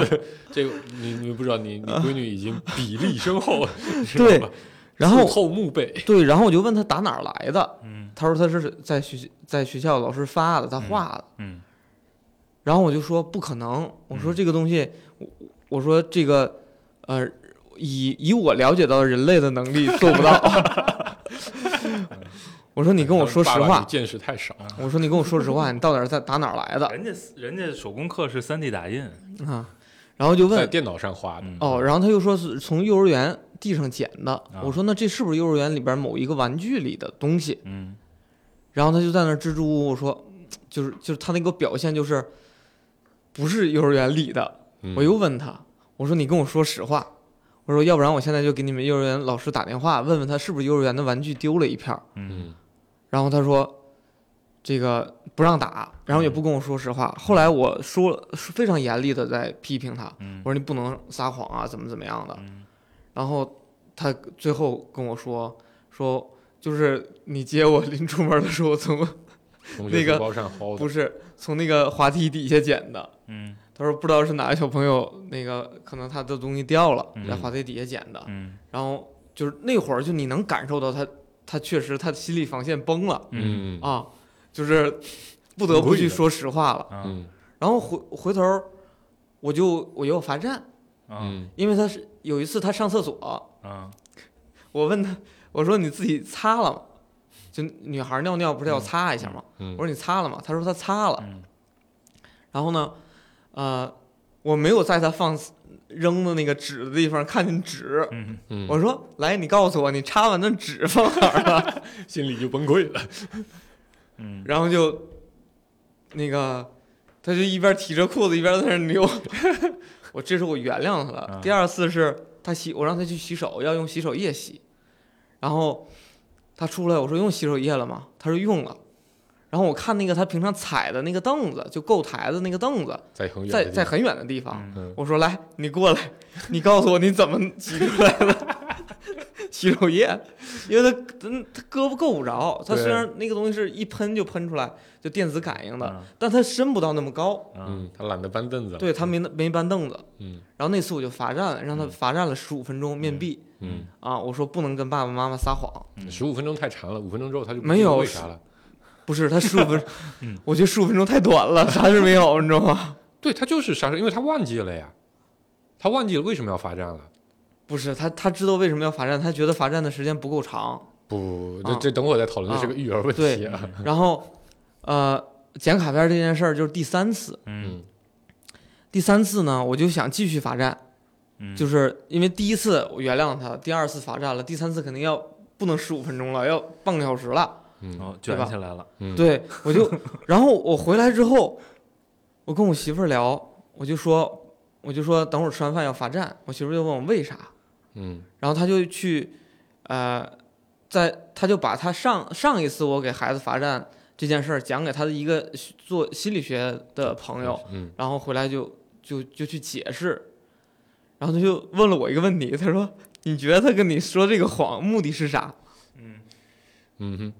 这个你你不知道，你你闺女已经比例深厚， [LAUGHS] 知道啊对吧 [LAUGHS] 然后 [LAUGHS] 触透墓碑，对，然后我就问他打哪儿来的，嗯他说他是在学在学校老师发的，他画的。 [LAUGHS] 嗯然后我就说不可能，我说这个东西，我我说这个，呃，以以我了解到人类的能力做不到。 [LAUGHS] 我说你跟我说实爸爸你话，见识太少。我说你跟我说实话，你到底是在打哪儿来的人家人家手工课是 3D 打印，啊？然后就在问电脑上画的，嗯，哦，然后他又说是从幼儿园地上捡的。我说那这是不是幼儿园里边某一个玩具里的东西？嗯然后他就在那儿支支吾吾我说，嗯就是就是他那个表现就是，不是幼儿园里的。嗯我又问他，我说你跟我说实话，我说要不然我现在就给你们幼儿园老师打电话，问问他是不是幼儿园的玩具丢了一片儿。嗯嗯然后他说这个不让打，然后也不跟我说实嗯话。后来我说了是非常严厉的在批评他，嗯我说你不能撒谎啊，怎么怎么样的。嗯然后他最后跟我说说。就是你接我临出门的时候，从同那学个书包上薅的不，是从那个滑梯底下捡的。嗯他说不知道是哪个小朋友，那个可能他的东西掉了，在嗯滑梯底下捡的。嗯然后就是那会儿，就你能感受到他，他确实他心理防线崩了嗯嗯啊，就是不得不去说实话了。啊嗯然后回回头，我就我又罚站，啊嗯因为他是有一次他上厕所，啊我问他，我说你自己擦了吗？就女孩尿尿不是要擦一下吗？嗯我说你擦了吗？他说他擦了。嗯然后呢，呃，我没有在他放扔的那个纸的地方看见纸，嗯嗯，我说来，你告诉我你擦完的纸放哪儿了？心里就崩溃了。嗯，然后就那个，他就一边提着裤子一边在那儿扭。 [LAUGHS] 我这是我原谅他了啊。第二次是他洗，我让他去洗手，要用洗手液洗。然后他出来，我说用洗手液了吗？他说用了。然后我看那个他平常踩的那个凳子，就够台子那个凳子，在很远的在地在方很远的地方。嗯嗯我说来，你过来，你告诉我你怎么洗出来的 [LAUGHS] 洗手液，因为他嗯他胳膊够不着，他虽对然那个东西是一喷就喷出来，就电子感应的，啊但他伸不到那么高，啊嗯，他懒得搬凳子了。对他没没搬凳子。嗯然后那次我就罚站了，让他嗯罚站了十五分钟面壁嗯，啊！我说不能跟爸爸妈妈撒谎，嗯十五分钟太长了，五分钟之后他就不没知道有为啥了。不是他十五分嗯，我觉得十五分钟太短了，啥事没有，你知道吗？ [LAUGHS] 对他就是啥事，因为他忘记了呀，他忘记了为什么要罚站了。不是他他知道为什么要罚站，他觉得罚站的时间不够长，不，啊这这等会儿再讨论，啊这是个育儿问题啊。然后，呃，剪卡片这件事儿就是第三次，嗯第三次呢，我就想继续罚站，嗯，就是因为第一次我原谅他，第二次罚站了，第三次肯定要不能十五分钟了，要半个小时了。嗯哦卷对吧起来了，嗯，对，我就，然后我回来之后，我跟我媳妇儿聊，我就说，我就说等会儿吃完饭要罚站，我媳妇儿就问我为啥，嗯然后他就去，呃，在他就把他上上一次我给孩子罚站这件事儿讲给他的一个学做心理学的朋友，嗯然后回来就就就去解释，然后他就问了我一个问题，他说：“你觉得他跟你说这个谎目的是啥嗯嗯哼，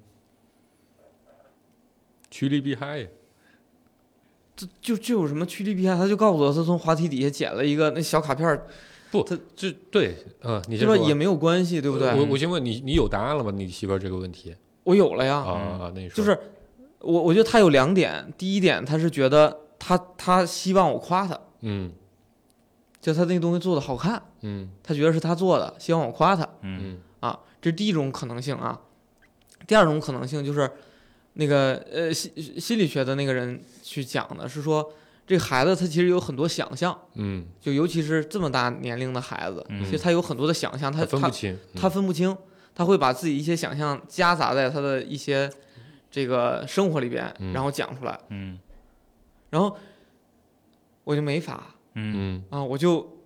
趋利避害呀。？”这就这有什么趋利避害？他就告诉我，他从滑梯底下捡了一个那小卡片儿，这对，嗯，你对先吧？说吧也没有关系，对不对？我我先问你，你有答案了吗？你媳妇儿这个问题我有了呀，啊啊，那你说就是我我觉得他有两点，第一点他是觉得他他希望我夸他，嗯就他那东西做的好看，嗯他觉得是他做的，希望我夸他嗯嗯啊，这是第一种可能性啊。第二种可能性就是，那个呃心心理学的那个人去讲的是说，这孩子他其实有很多想象，嗯，就尤其是这么大年龄的孩子，嗯其实他有很多的想象，他他分不他清，嗯他分不清，他会把自己一些想象夹杂在他的一些这个生活里边，嗯然后讲出来，嗯然后我就没法。嗯嗯啊，我就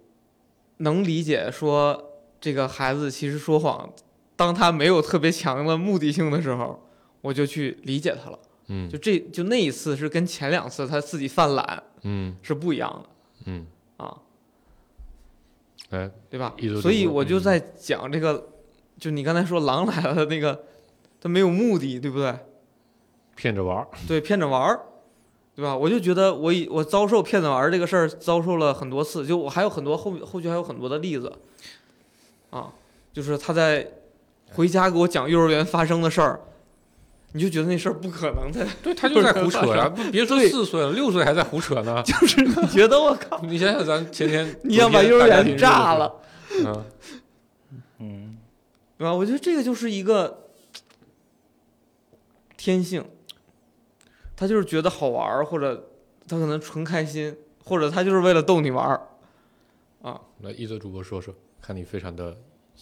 能理解说这个孩子其实说谎，当他没有特别强的目的性的时候，我就去理解他了。嗯就这就那一次是跟前两次他自己犯懒嗯是不一样嗯，的啊，哎，对吧一直？都嗯所以不我就在讲这个，就你刚才说狼来了的那个，他没有目的，对不对？骗着玩儿，对，骗着玩儿，对吧？我就觉得我以我遭受骗着玩儿这个事儿遭受了很多次，就我还有很多后后续还有很多的例子，啊，就是他在回家给我讲幼儿园发生的事儿，你就觉得那事儿不可能的， [LAUGHS] [LAUGHS] 对他就在胡扯 [LAUGHS] 呀，不别说对四岁了，六岁还在胡扯 [LAUGHS] 呢。就是你觉得我靠，你想想，咱前天 [LAUGHS] 你想把幼儿园炸了，，昨天大家庭日的时候嗯，嗯对吧？我觉得这个就是一个天性，他就是觉得好玩儿，或者他可能纯开心，或者他就是为了逗你玩儿。来，一泽主播说说，看你非常的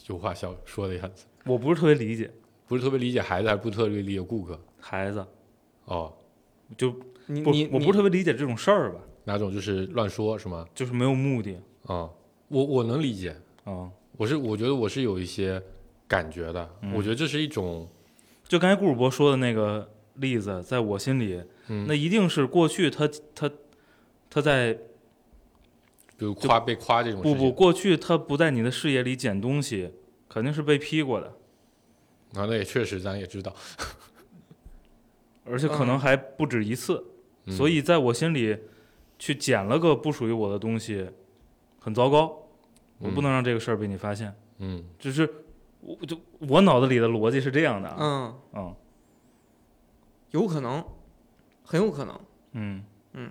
有话想说的样子，我不是特别理解不是特别理解孩子，还是不特别理解顾客？孩子，哦，就你不你我不是特别理解这种事儿吧，哪种就是乱说是吗？就是没有目的啊、我我能理解，啊。我是我觉得我是有一些感觉的，嗯我觉得这是一种就刚才顾主播说的那个例子，在我心里，嗯那一定是过去他他他在比如夸被夸这种事不情。不，过去他不在你的视野里捡东西，肯定是被批过的，啊，那也确实，咱也知道，而且可能还不止一次。嗯所以在我心里，去捡了个不属于我的东西，很糟糕。我不能让这个事儿被你发现，嗯，只是我就我脑子里的逻辑是这样的啊，嗯，嗯有可能，很有可能。嗯嗯，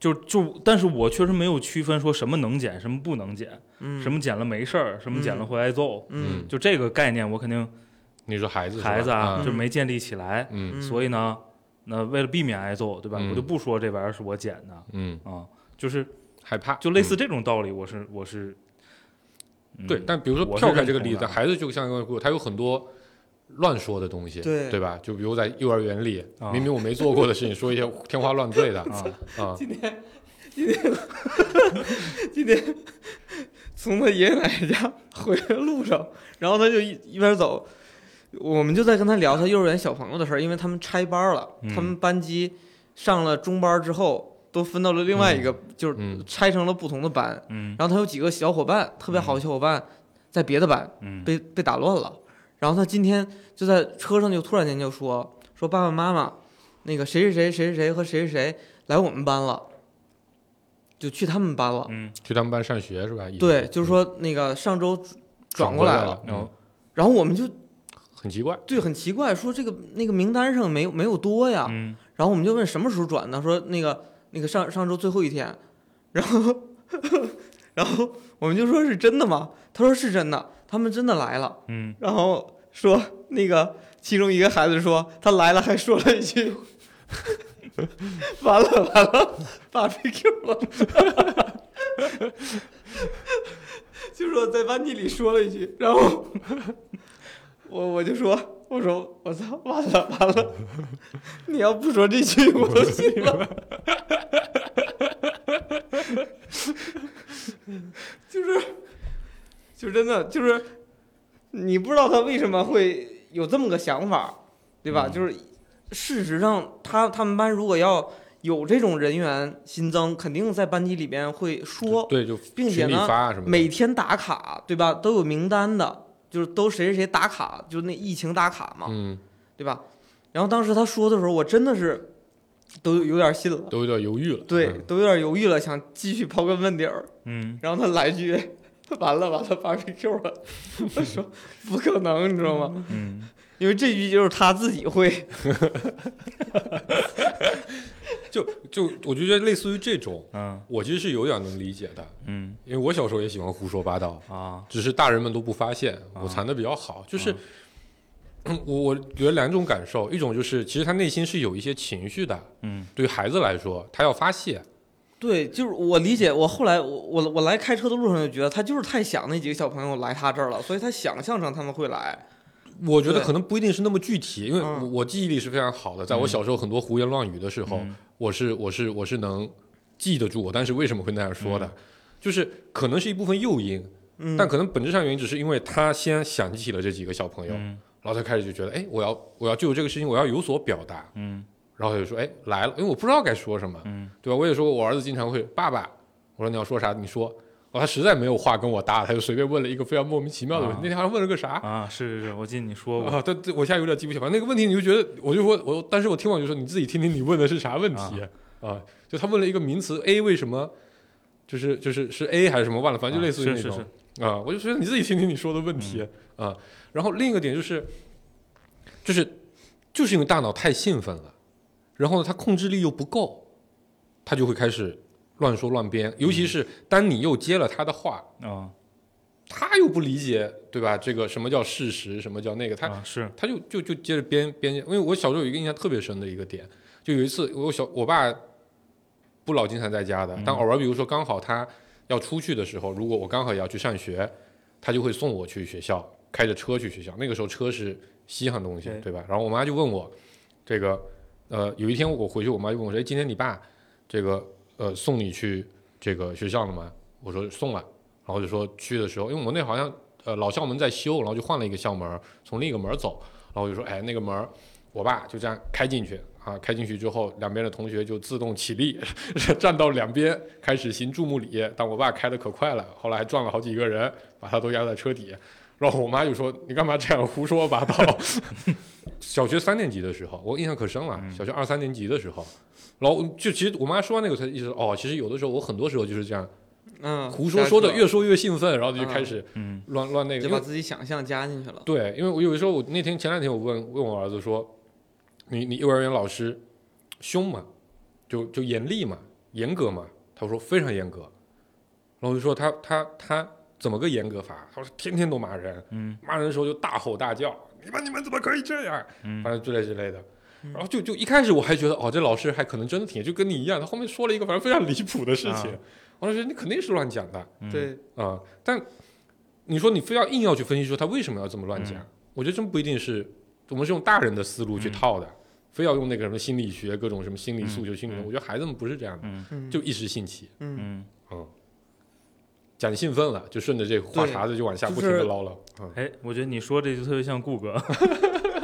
就就，但是我确实没有区分说什么能捡，什么不能捡，嗯，什么捡了没事儿，什么捡了嗯会挨揍，嗯？嗯就这个概念，我肯定你说孩子是吧孩子啊啊，就没建立起来，嗯嗯，所以呢，那为了避免挨揍，对吧？嗯我就不说这玩意儿是我捡的嗯，啊，就是害怕，就类嗯似这种道理，我是我是，嗯对，但比如说我是跳开这个认同例子，的孩子就像刚才说，他有很多乱说的东西，对吧？就比如在幼儿园里，啊明明我没做过的事情，说一些天花乱坠的啊，啊，今天，今天，今天从他爷爷奶奶家回来路上，然后他就一一边走，我们就在跟他聊他幼儿园小朋友的事儿，因为他们拆班了，嗯他们班级上了中班之后都分到了另外一个，就是嗯拆成了不同的班。嗯然后他有几个小伙伴，特别好的小伙伴，在别的班嗯被被打乱了。然后他今天就在车上就突然间就说说爸爸妈妈，那个谁谁谁谁谁谁和谁谁谁来我们班了，就去他们班了。嗯，去他们班上学是吧？意思对，就是说那个上周转嗯转过来来了，然后然后我们就很奇怪，对很奇怪，说这个那个名单上没有没有多呀。嗯然后我们就问什么时候转的，说那个那个上上周最后一天，然后 [LAUGHS] 然后我们就说是真的吗？他说是真的，他们真的来了。嗯，然后说那个其中一个孩子说他来了，还说了一句。 [LAUGHS] 完了完了，BBQ 了，就是我在班级里说了一句，然后我我就说，我说我操，完了完了，你要不说这句我都信了，就是就真的就是你不知道他为什么会有这么个想法，对吧？就是事实上，他他们班如果要有这种人员新增，肯定在班级里边会说，对，就并且群里呢发啊什么的，每天打卡，对吧？都有名单的，就是都谁谁谁打卡，就那疫情打卡嘛，嗯，对吧？然后当时他说的时候，我真的是都有点信了，都有点犹豫了，对，嗯，都有点犹豫了，想继续刨根问底儿。嗯然后他来一句：“ [LAUGHS] 完了完了，barbecue 了。”我说：“不可能，你知道吗？”嗯，因为这句就是他自己会，就就我就觉得类似于这种，嗯我其实是有点能理解的，嗯因为我小时候也喜欢胡说八道，啊，只是大人们都不发现，啊我藏的比较好。就是、 [CLEARS THROAT] 我我觉得两种感受，一种就是其实他内心是有一些情绪的，嗯对于孩子来说，他要发泄，对，就是我理解，我后来我我我来开车的路上就觉得他就是太想那几个小朋友来他这儿了，所以他想象成他们会来，我觉得对可能不一定是那么具体，因为嗯我我记忆力是非常好的，在我小时候很多胡言乱语的时候，嗯我是我是我是能记得住我当时为什么会那样说嗯的，就是可能是一部分诱因，嗯，但可能本质上原因只是因为他先想起了这几个小朋友，嗯然后他开始就觉得，哎，我要我要就这个事情我要有所表达，嗯然后他就说：“哎，来了，因为我不知道该说什么，嗯对吧？我也说我儿子经常会爸爸，我说你要说啥，你说。”哦，他实在没有话跟我搭，他就随便问了一个非常莫名其妙的问题。啊那天好像问了个啥啊，是是是，我记得你说过啊？但但我现在有点记不起来。反正那个问题你就觉得，我就说，我但是我听完就说你自己听听你问的是啥问题啊就他问了一个名词 A 为什么，就是就是是 A 还是什么忘了，反正就类似于啊那是种。是是嗯啊，我就觉得你自己听听你说的问题、啊。然后另一个点就是，就是就是因为大脑太兴奋了，然后呢，他控制力又不够，他嗯就会开始乱说乱编。尤其是当你又接了他的话，啊，他又不理解，对吧？这个什么叫事实，什么叫那个，他啊是他就就就接着编编，因为我小时候有一个印象特别深的一个点，就有一次我小我爸不老经常在家的，但偶尔比如说刚好他要出去的时候，如果我刚好也要去上学，他就会送我去学校，开着车去学校。那个时候车是稀罕东西对，对吧？然后我妈就问我，这个呃，有一天我回去，我妈就问我说：“哎，今天你爸这个呃送你去这个学校了吗？”我说送了，然后就说去的时候，因为我们那好像呃老校门在修，然后就换了一个校门儿，从另一个门儿走。然后我就说，哎，那个门儿，我爸就这样开进去啊，开进去之后，两边的同学就自动起立，站到两边开始行注目礼。但我爸开的可快了，后来还撞了好几个人，把他都压在车底。然后我妈就说：“你干嘛这样胡说八道？”小学三年级的时候，我印象可深了。小学二三年级的时候，然后就其实我妈说完那个，才意识到哦，其实有的时候我很多时候就是这样嗯，胡说，说的瞎越说越兴奋，然后就嗯开始嗯乱乱那个，就因为把自己想象加进去了。对，因为我有的时候，我那天前两天我问问我儿子说，你你幼儿园老师凶吗？就就严厉吗？严格吗？他说非常严格。然后我就说他他他怎么个严格法？他说天天都骂人，嗯骂人的时候就大吼大叫，你们你们怎么可以这样？嗯反正之类之类的。然后就就一开始我还觉得哦，这老师还可能真的挺就跟你一样，他后面说了一个反正非常离谱的事情，啊我就觉得你肯定是乱讲的。嗯对，啊、但你说你非要硬要去分析说他为什么要这么乱讲，嗯我觉得真不一定是我们是用大人的思路去嗯套的，非要用那个什么心理学各种什么心理诉求、嗯心理，嗯我觉得孩子们不是这样的，嗯嗯就一时兴起，嗯，嗯嗯，讲兴奋了，就顺着这话茬子就往下就不停的是捞了，嗯，哎，我觉得你说这就特别像顾哥， [LAUGHS]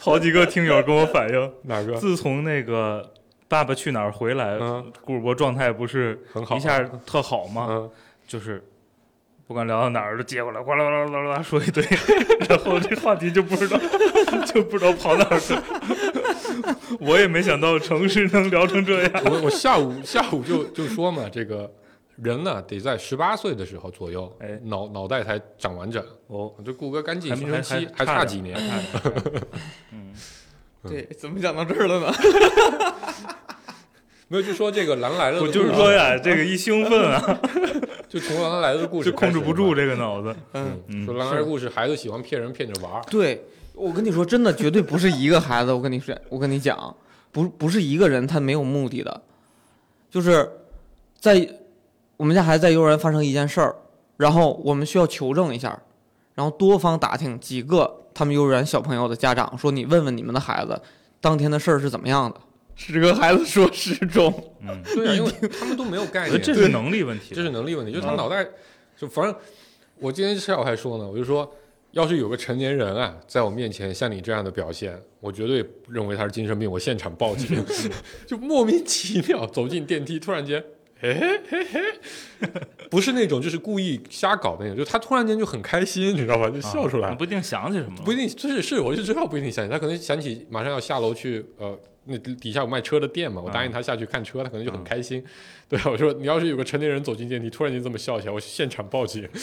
好几个听友跟我反映，哪个自从那个《爸爸去哪儿》回来，嗯顾主播状态不是很好一下特好吗？嗯，就是不管聊到哪儿都接过来，哗啦啦啦啦啦说一堆， [LAUGHS] 然后这话题就不知道 [LAUGHS] 就不知道跑哪儿去了。 [LAUGHS] 我也没想到城市能聊成这样。我我下午下午就就说嘛，这个人呢得在十八岁的时候左右，哎脑脑袋才长完整，哦，这顾哥刚进还青还春期还还差差点几年， [LAUGHS] 嗯对，怎么讲到这儿了呢？ [LAUGHS] 没有就说这个狼来了的我路上，就是说呀，这个一兴奋 [LAUGHS] 啊，就从狼来了的故事就控制不开始嘛住这个脑子。嗯，嗯说狼来的故事，孩子喜欢骗人骗着玩儿，对，我跟你说，真的绝对不是一个孩子。我跟你说，我跟你讲，不不是一个人，他没有目的的，就是在我们家孩子在幼儿园发生一件事儿，然后我们需要求证一下，然后多方打听几个他们幼儿园小朋友的家长，说你问问你们的孩子当天的事儿是怎么样的。十个孩子说十种，嗯，对啊，因为他们都没有概我觉得念，哎这是能力问题。这是能力问题，就是他嗯脑袋就反正我今天下午还说呢，我就说要是有个成年人啊在我面前像你这样的表现，我绝对认为他是精神病，我现场报警， [LAUGHS] 就莫名其妙走进电梯，突然间。哎嘿嘿，不是那种，就是故意瞎搞的那种，就他突然间就很开心，你知道吧？就啊笑出来你了。不一定想起什么了。不一定，就是是，我就知道不一定想起，他可能想起马上要下楼去，呃，那底下有卖车的店嘛，我嗯答应他下去看车，他可能就很开心。对，啊我说你要是有个成年人走进电梯，突然间这么笑起来，我现场报警。 [LAUGHS]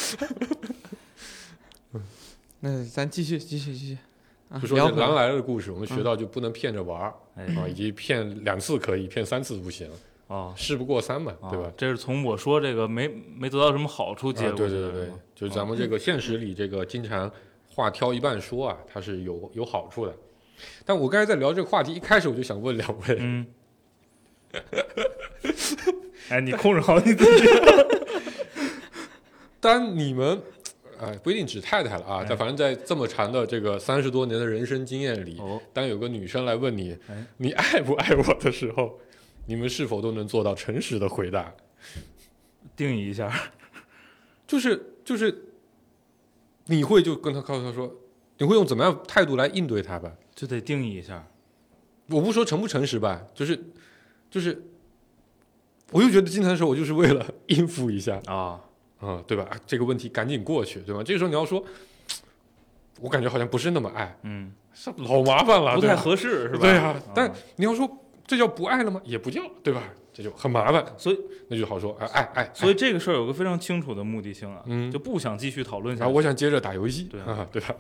那咱继续继续继续啊就，说聊这回来狼来了的故事，我们学到就不能骗着玩儿嗯哎啊，以及骗两次可以，骗三次不行，哦，事不过三嘛，啊对吧？？这是从我说这个没没得到什么好处结啊，果。对对对对，啊就是咱们这个现实里这个经常话挑一半说啊，它是有有好处的。但我刚才在聊这个话题，一开始我就想问两位，嗯。哎，你控制好你自己。当你们，哎，不一定指太太了啊，哎但反正在这么长的这个三十多年的人生经验里，哦，当有个女生来问你哎“你爱不爱我”的时候，你们是否都能做到诚实的回答？定义一下。就是就是，你会就跟她告诉她说，你会用怎么样态度来应对她吧？ [LAUGHS] 就得定义一下。我不说诚不诚实吧，就是就是，我就觉得经常的时候，我就是为了应付一下，啊，啊、对吧？啊这个问题赶紧过去，对吧？这个时候你要说，我感觉好像不是那么爱，嗯，啊是老麻烦了，不对太吧？合适是吧？哎对啊，但你要说这叫不爱了吗？也不叫，对吧？这就很麻烦，所以那就好说，啊，爱爱，所以以这个事儿有个非常清楚的目的性啊，嗯就不想继续讨论下然去。后啊我想接着打游戏，对啊，对吧？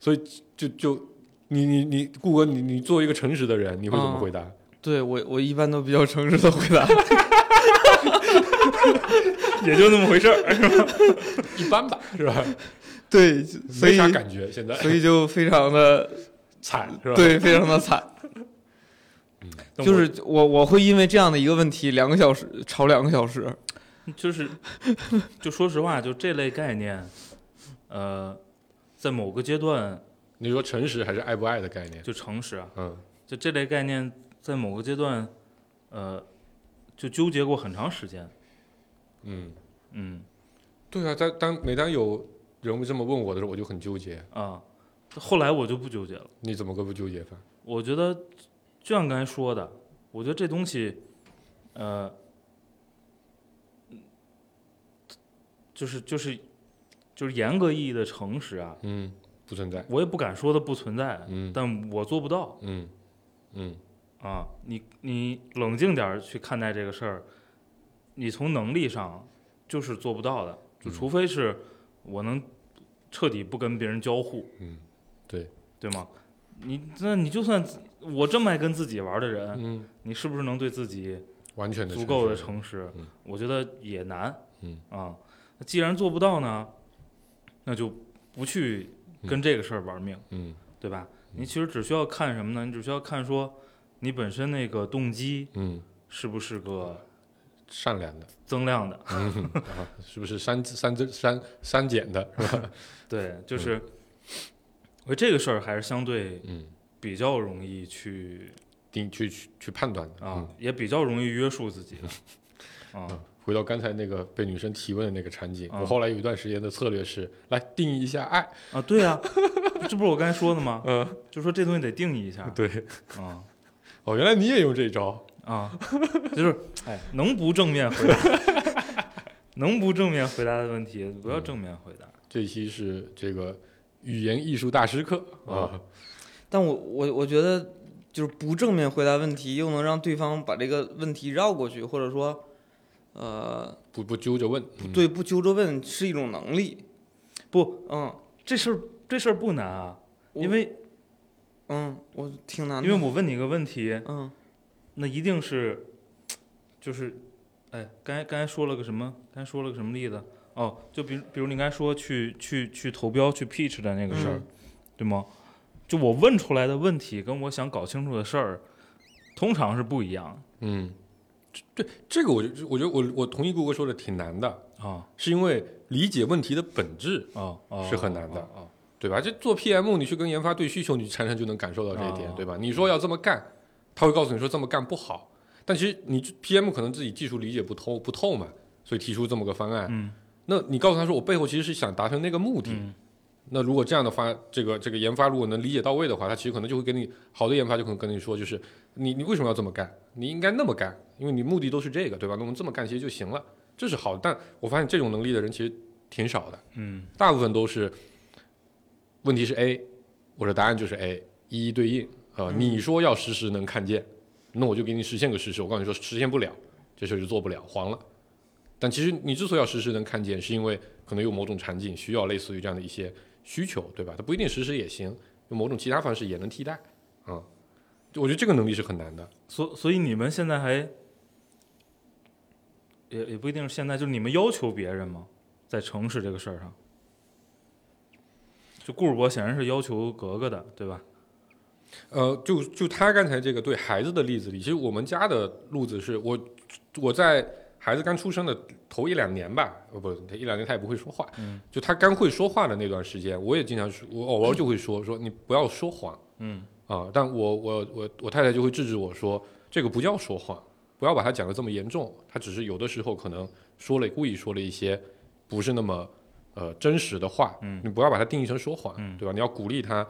所以就就你你你顾哥，你你作为一个诚实的人，你会怎么嗯回答？对我我一般都比较诚实的回答。 [LAUGHS] 也就那么回事儿，是吧？ [LAUGHS] 一般吧，是吧？ [LAUGHS] 对，所没以啥感觉，现在所以就非常的惨是吧？，对，非常的 [LAUGHS] 惨。但就我是我我会因为这样的一个问题，两个小时吵两个小时。就是，就说实话，就这类概念，呃，在某个阶段你说诚实还是爱不爱的概念？就诚实啊，嗯，就这类概念在某个阶段，呃，就纠结过很长时间。嗯，嗯对啊，当当每当有人会这么问我的时候，我就很纠结。啊，后来我就不纠结了。你怎么个不纠结法？我觉得就像刚才说的，我觉得这东西，呃，就是就是就是严格意义的诚实啊，嗯，不存在。我也不敢说它不存在，嗯但我做不到。嗯嗯啊，你你冷静点儿去看待这个事儿，你从能力上就是做不到的，就嗯除非是我能彻底不跟别人交互，嗯，对对吗？你那你就算自我这么爱跟自己玩儿的人，嗯，你是不是能对自己完全的足够的诚诚实嗯？我觉得也难。嗯啊，那既然做不到呢，那就不去跟这个事儿玩命。实。嗯对吧？嗯你其实只需要看什么呢？你只需要看说你本身那个动机嗯，是不是个善良的，增量 [LAUGHS] 的，嗯，啊是不是删删删删减的？对，就是我觉得这个事儿还是相对嗯，比较容易去定去去去判断的啊，。也比较容易约束自己 [LAUGHS] 的。嗯啊，回到刚才那个被女生提问的那个场景，啊我后来有一段时间的策略是来定义一下 [LAUGHS] 爱。啊，对啊，这不是我刚才说的吗？嗯，就说这东西得定义 [LAUGHS] 一下对。啊哦，原来你也用这招。 [LAUGHS] 啊，就是哎，能不正面回答， [LAUGHS] 能不正面回答的问题不要正面回答。这期是这个语言艺术大师课啊，但我我我觉得就是不正面回答问题，又能让对方把这个问题绕过去，或者说，呃，不不揪着问。嗯，对不揪着问是一种能力。不，嗯这事儿这事儿不难啊，我因为嗯，我挺难因的。为我问你一个问题，嗯那一定是，就是，哎，刚才刚才说了个什么？刚才说了个什么例子？哦，就比如比如你刚才说去去去投标去 pitch 的那个事儿，嗯对吗？就我问出来的问题跟我想搞清楚的事儿，通常是不一样嗯，这对这个我就我觉得我我同意顾哥说的挺难的，的啊是因为理解问题的本质，啊啊，是很难的啊啊啊对吧？这做 PM 你去跟研发对需求，你常常就能感受到这一点，啊对吧？你说要这么干，他会告诉你说这么干不好，但其实你 PM 可能自己技术理解不透不透嘛，所以提出这么个方案。嗯那你告诉他说我背后其实是想达成那个目的。嗯那如果这样的话，这个这个研发如果能理解到位的话，他其实可能就会跟你好的研发就可能跟你说，就是你你为什么要这么干？你应该那么干，因为你目的都是这个，对吧？那我们这么干其实就行了，这是好的。但我发现这种能力的人其实挺少的，嗯大部分都是问题是 A，我的答案就是 A，一一对应啊、呃你说要实时能看见，那我就给你实现个实时。我告诉你说实现不了，这事儿就做不了，黄了。但其实你之所以要实时能看见，是因为可能有某种场景需要类似于这样的一些需求，对吧？它不一定实时也行，用某种其他方式也能替代啊、嗯我觉得这个能力是很难的。所所以你们现在还，也也不一定是现在，就是你们要求别人吗？在诚实这个事儿上，就顾世博显然是要求格格的，对吧？呃，就就他刚才这个对孩子的例子里，其实我们家的路子是我我在孩子刚出生的头一两年吧，呃不，一两年他也不会说话，嗯就他刚会说话的那段时间，我也经常说，我偶尔就会说说你不要说谎嗯啊、但我我我我太太就会制止我说这个不叫说谎，不要把它讲得这么严重，他只是有的时候可能说了故意说了一些不是那么呃真实的话，嗯你不要把它定义成说谎，嗯对吧？你要鼓励他。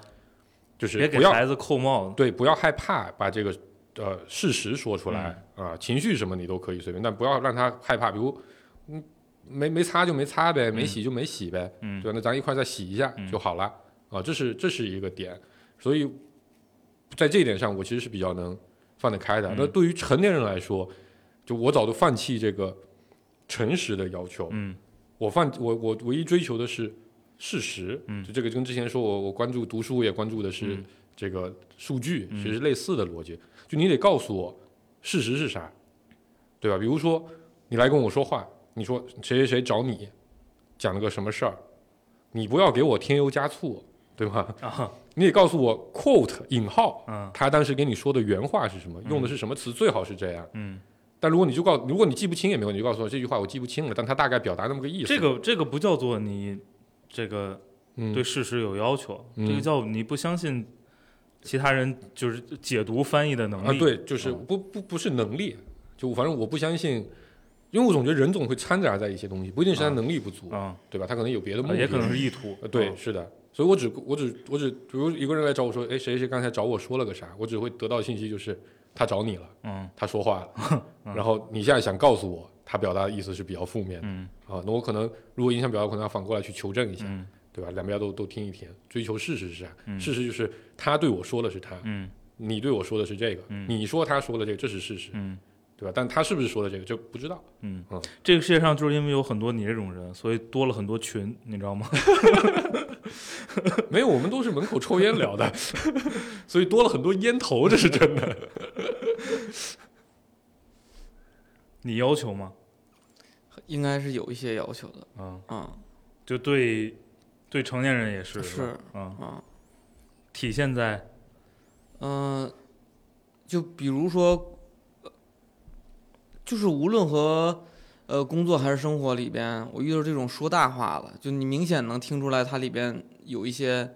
就是别给不要孩子扣帽子。对，不要害怕把这个呃事实说出来啊、嗯情绪什么你都可以随便，但不要让他害怕。比如，嗯，没没擦就没擦呗，没洗就没洗呗，嗯对吧？那咱一块儿再洗一下嗯就好了啊、这是这是一个点，所以在这一点上，我其实是比较能放得开的。嗯那对于成年人来说，就我早都放弃这个诚实的要求，嗯我放我我唯一追求的是事实，嗯就这个跟之前说我我关注读书也关注的是嗯这个数据，嗯其实是类似的逻辑，就你得告诉我事实是啥，对吧？比如说你来跟我说话，你说谁谁谁找你，讲了个什么事儿，你不要给我添油加醋，对吧？啊，你得告诉我 quote 引号，嗯他当时给你说的原话是什么，用的是什么词，最好是这样。嗯，但如果你就告，如果你记不清也没有，你就告诉我这句话我记不清了，但他大概表达那么个意思。这个这个不叫做你这个嗯，对事实有要求，嗯这个叫你不相信其他人就是解读翻译的能啊，力。对，就是嗯不不不是能力，就反正我不相信，因为我总觉得人总会掺杂在一些东西，不一定是他啊能力不足，啊，对吧？他可能有别的目的，也可能是意图呃。对，啊，是的。所以我只我只我只，比如一个人来找我说，哎，谁谁刚才找我说了个啥，我只会得到信息就是他找你了，嗯他说话了，然后你现在想告诉我，他表达的意思是比较负面的嗯啊，那我可能如果影响表达，我可能要反过来去求证一下，嗯对吧？两边都都听一听，追求事实是啥？嗯事实就是他对我说的是他，嗯你对我说的是这个，嗯你说他说的这个，这是事实，嗯对吧？但他是不是说的这个就不知道。 [LAUGHS] 嗯嗯，这个世界上就是因为有很多你这种人，所以多了很多群，你知道吗？ [LAUGHS] 没有，我们都是门口抽烟聊的， [LAUGHS] 所以多了很多烟头，这是真的。你要求吗？应该是有一些要求的啊，啊就对对成年人也是是吧啊，啊，体现在嗯、就比如说，呃就是无论和呃工作还是生活里边，我遇到这种说大话了，就你明显能听出来它里边有一些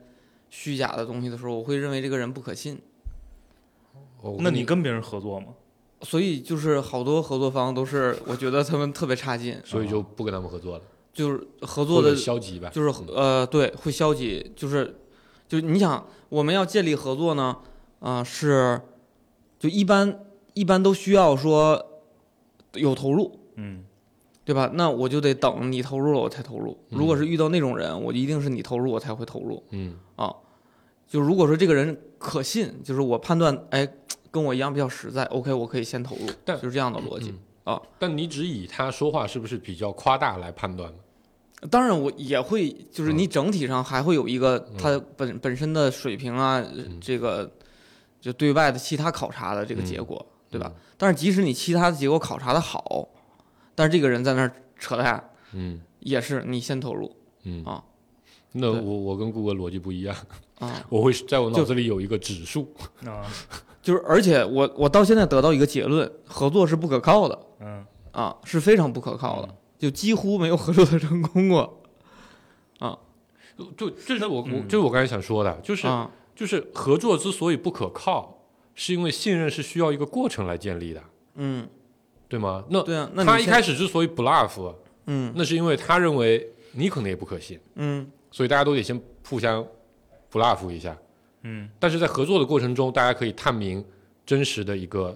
虚假的东西的时候，我会认为这个人不可信。 [LAUGHS] 那你跟别人合作吗？所以就是好多合作方都是，我觉得他们特别差劲，所以就不跟他们合作了，就是合作或的者消极吧，就是嗯呃，对，会消极，就是就是你想我们要建立合作呢，啊、是就一般一般都需要说有投入，嗯对吧？那我就得等你投入了我才投入。如果嗯是遇到那种人，我一定是你投入我才会投入。嗯就如果说这个人可信，就是我判断，哎，跟我一样比较实在，OK，我可以先投入，但就是这样的逻辑。啊。但你只以他说话是不是比较夸大来判断吗？当然，我也会，就是嗯你整体上还会有一个他本、本身的水平啊，呃嗯这个就对外的其他考察的这个结果，对吧嗯？但是即使你其他的结果考察的好，但是这个人在那儿扯淡，嗯也是你先投入嗯啊。那对我我跟顾哥逻辑不一样，啊， [LAUGHS] 我会在我脑就子里有一个指数，啊就是而且我我到现在得到一个结论，合作是不可靠的嗯，啊，是非常不可靠嗯的，就几乎没有合作的成功过就这是我我嗯这是我刚才想说的，就是啊。就是合作之所以不可靠，是因为信任是需要一个过程来建立的，嗯，对吗？那对啊，那他你一先开始之所以 bluff，嗯那是因为他认为你可能也不可信，嗯所以大家都得先互相 bluff 一下。嗯，但是在合作的过程中，大家可以探明真实的一个，